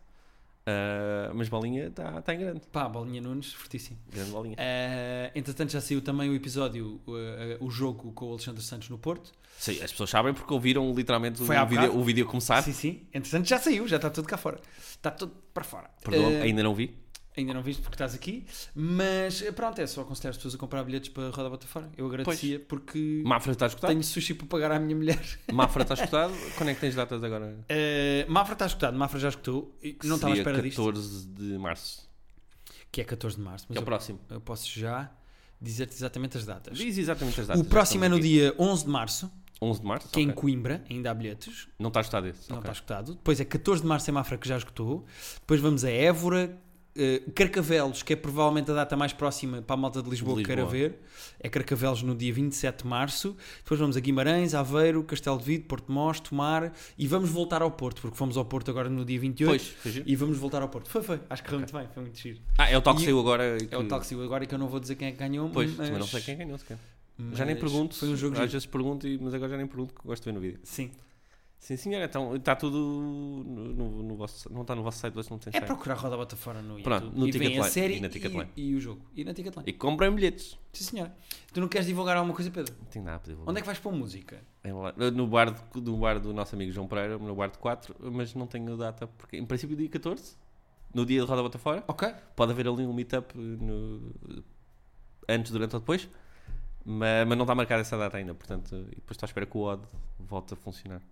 Speaker 2: Ah, mas bolinha está tá em grande.
Speaker 1: Pá, Bolinha Nunes, fortíssimo.
Speaker 2: Grande bolinha.
Speaker 1: Eh, entretanto, já saiu também o episódio, eh, o jogo com o Alexandre Santos no Porto.
Speaker 2: Sim, as pessoas sabem porque ouviram literalmente
Speaker 1: Foi há
Speaker 2: o, vídeo,
Speaker 1: bocado.
Speaker 2: o vídeo começar.
Speaker 1: Sim, sim. Entretanto, já saiu, já está tudo cá fora. Está tudo para fora.
Speaker 2: Perdoa,
Speaker 1: Eh,
Speaker 2: ainda não vi.
Speaker 1: Ainda não viste porque estás aqui, mas eh, pronto, é só aconselhar as pessoas a comprar bilhetes para Roda Bota Fora. Eu agradecia porque
Speaker 2: Mafra está escutado.
Speaker 1: tenho sushi para pagar à minha mulher.
Speaker 2: Mafra está escutado. [laughs] Quando é que tens datas agora?
Speaker 1: [laughs] Eh, Mafra está escutado, Mafra já escutou, e não estava à
Speaker 2: Seria
Speaker 1: espera
Speaker 2: 14
Speaker 1: disto.
Speaker 2: de março.
Speaker 1: Que é 14 de março, mas
Speaker 2: Que é o
Speaker 1: eu,
Speaker 2: próximo.
Speaker 1: eu posso já dizer-te exatamente as datas.
Speaker 2: Diz exatamente as datas.
Speaker 1: o próximo é no
Speaker 2: Estamos
Speaker 1: dia 11 de março,
Speaker 2: aqui. 11 de março.
Speaker 1: que é em
Speaker 2: ok.
Speaker 1: Coimbra, ainda há bilhetes,
Speaker 2: Não está escutado esse.
Speaker 1: não
Speaker 2: ok.
Speaker 1: está escutado. Depois é 14 de março em Mafra, que já escutou. Depois vamos a Évora, eh, Carcavelos, que é provavelmente a data mais próxima para a malta de Lisboa,
Speaker 2: De
Speaker 1: que queira
Speaker 2: Lisboa.
Speaker 1: ver. É Carcavelos no dia 27 de março. Depois vamos a Guimarães, Aveiro, Castelo de Vido, Porto de Mós, Tomar. E vamos voltar ao Porto, porque fomos ao Porto agora no dia 28.
Speaker 2: Pois, foi giro.
Speaker 1: E vamos voltar ao Porto. Foi, foi. Acho que correu muito bem, foi muito giro.
Speaker 2: Ah, é o tal que
Speaker 1: E-
Speaker 2: saiu agora.
Speaker 1: É o tal que saiu agora e que eu não vou dizer quem é que ganhou.
Speaker 2: Pois,
Speaker 1: mas,
Speaker 2: também não sei quem ganhou sequer.
Speaker 1: mas
Speaker 2: Já nem pergunto.
Speaker 1: Foi um jogo
Speaker 2: Às
Speaker 1: giro.
Speaker 2: vezes pergunto, e- mas agora já nem pergunto que eu gosto de ver no vídeo.
Speaker 1: Sim.
Speaker 2: Sim, senhora. Então, está tudo no, no- no vosso... Não está no vosso site, vocês não têm
Speaker 1: É
Speaker 2: site.
Speaker 1: procurar Roda Bota Fora no YouTube.
Speaker 2: Pronto, no
Speaker 1: e vem a
Speaker 2: Ticketline,
Speaker 1: série
Speaker 2: e
Speaker 1: e,
Speaker 2: na Ticketline.
Speaker 1: e o jogo. E na Ticketline.
Speaker 2: E comprem bilhetes.
Speaker 1: Sim, senhor. Tu não queres divulgar alguma coisa, Pedro?
Speaker 2: Não tem nada a pedir.
Speaker 1: Onde é que vais pôr música?
Speaker 2: Em lá- No bar, de- no bar do nosso amigo João Pereira, no bar de 4, mas não tenho data, porque em princípio dia 14, no dia de Roda Bota Fora,
Speaker 1: Ok.
Speaker 2: pode haver ali um meetup no... antes, durante ou depois, mas, mas não está marcada essa data ainda, portanto, eh, e depois estou à espera que o odd volte a funcionar.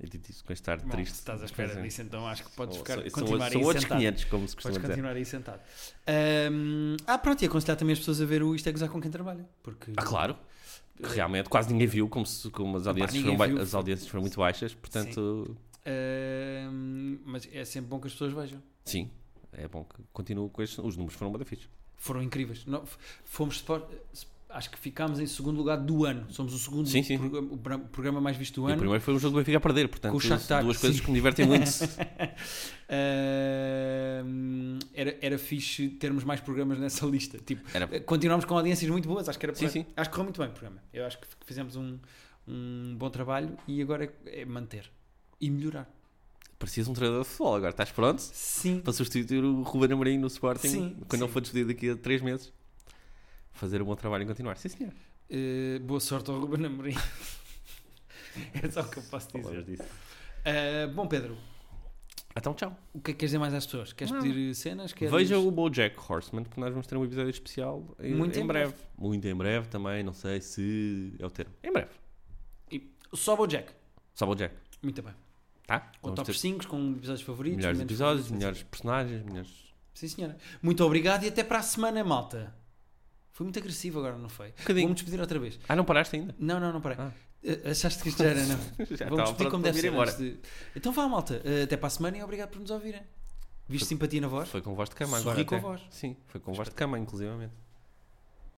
Speaker 2: Eu dito isso com este ar
Speaker 1: Bom,
Speaker 2: triste.
Speaker 1: se estás à espera
Speaker 2: Mas, é,
Speaker 1: disso, então acho que podes
Speaker 2: são-
Speaker 1: ficar,
Speaker 2: são-
Speaker 1: continuar
Speaker 2: são,
Speaker 1: aí
Speaker 2: outros
Speaker 1: sentado.
Speaker 2: 500, como
Speaker 1: Podes
Speaker 2: se costuma dizer.
Speaker 1: continuar aí sentado. Ahm, ah, pronto, e aconselhar também as pessoas a ver o Isto é Gozar com quem trabalha. Porque
Speaker 2: Ah, claro. Realmente, quase ninguém viu, como, se, como as, audiências
Speaker 1: ninguém
Speaker 2: foram ba-
Speaker 1: viu.
Speaker 2: as audiências foram muito baixas, portanto,
Speaker 1: Ahm, mas é sempre bom que as pessoas vejam.
Speaker 2: Sim, é bom que continue com estes. Os números foram bem fixos.
Speaker 1: Foram incríveis. Não, f- fomos. Spot, acho que ficámos em segundo lugar do ano. Somos o segundo
Speaker 2: Sim, sim.
Speaker 1: programa- o pro- programa mais visto do
Speaker 2: E o
Speaker 1: ano.
Speaker 2: primeiro foi um jogo do Benfica a perder, portanto,
Speaker 1: Com o
Speaker 2: duas
Speaker 1: Shakhtar,
Speaker 2: duas coisas
Speaker 1: sim.
Speaker 2: que me divertem muito.
Speaker 1: [laughs] Ahm, era, era fixe termos mais programas nessa [laughs] lista. Tipo,
Speaker 2: Era-
Speaker 1: continuámos com audiências muito boas, acho que era por
Speaker 2: Sim,
Speaker 1: aí.
Speaker 2: sim.
Speaker 1: Acho que correu muito bem o programa. Eu acho que fizemos um, um bom trabalho e agora é é manter e melhorar.
Speaker 2: Parecias um treinador de futebol agora, estás pronto?
Speaker 1: Sim.
Speaker 2: Para substituir o Ruben Amorim no Sporting,
Speaker 1: Sim,
Speaker 2: quando ele
Speaker 1: sim.
Speaker 2: for despedido daqui a três meses. Fazer um bom trabalho e continuar. Sim, senhor.
Speaker 1: Eh, boa sorte ao Ruben Amorim. [laughs] é só o que eu posso dizer.
Speaker 2: Palavras disso.
Speaker 1: Ah, bom, Pedro,
Speaker 2: Então, tchau.
Speaker 1: o que é que queres dizer mais às pessoas? Queres
Speaker 2: Não.
Speaker 1: pedir cenas? Queres...
Speaker 2: Vejam o BoJack Horseman, porque nós vamos ter um episódio especial em,
Speaker 1: Muito
Speaker 2: em
Speaker 1: em
Speaker 2: breve. Muito em breve também, não sei se é o termo. Em breve.
Speaker 1: E- Só o Jack.
Speaker 2: Só BoJack,
Speaker 1: Muito bem.
Speaker 2: tá?
Speaker 1: Ou
Speaker 2: Vamos
Speaker 1: top
Speaker 2: ter
Speaker 1: 5 com episódios favoritos.
Speaker 2: melhores
Speaker 1: menos assim.
Speaker 2: episódios,
Speaker 1: favoritos,
Speaker 2: melhores personagens, melhores...
Speaker 1: Sim, senhora. Muito obrigado e até para a semana, malta. Foi muito agressivo agora, não foi?
Speaker 2: Um bocadinho.
Speaker 1: Vamos despedir outra vez.
Speaker 2: Ah, não paraste ainda? [laughs]
Speaker 1: Não, não, não, parei.
Speaker 2: Ah.
Speaker 1: Eh, Achaste que isto já era, não?
Speaker 2: [laughs] Já
Speaker 1: Vamos
Speaker 2: estava
Speaker 1: despedir como
Speaker 2: pronto para
Speaker 1: deve
Speaker 2: vir
Speaker 1: ser.
Speaker 2: embora.
Speaker 1: antes de- Então vá, malta. Eh, até para a semana e obrigado por nos ouvirem. Viste simpatia na voz?
Speaker 2: Foi com voz de cama
Speaker 1: Sorri
Speaker 2: agora
Speaker 1: com
Speaker 2: até.
Speaker 1: voz.
Speaker 2: Sim, foi com voz de cama, inclusivamente.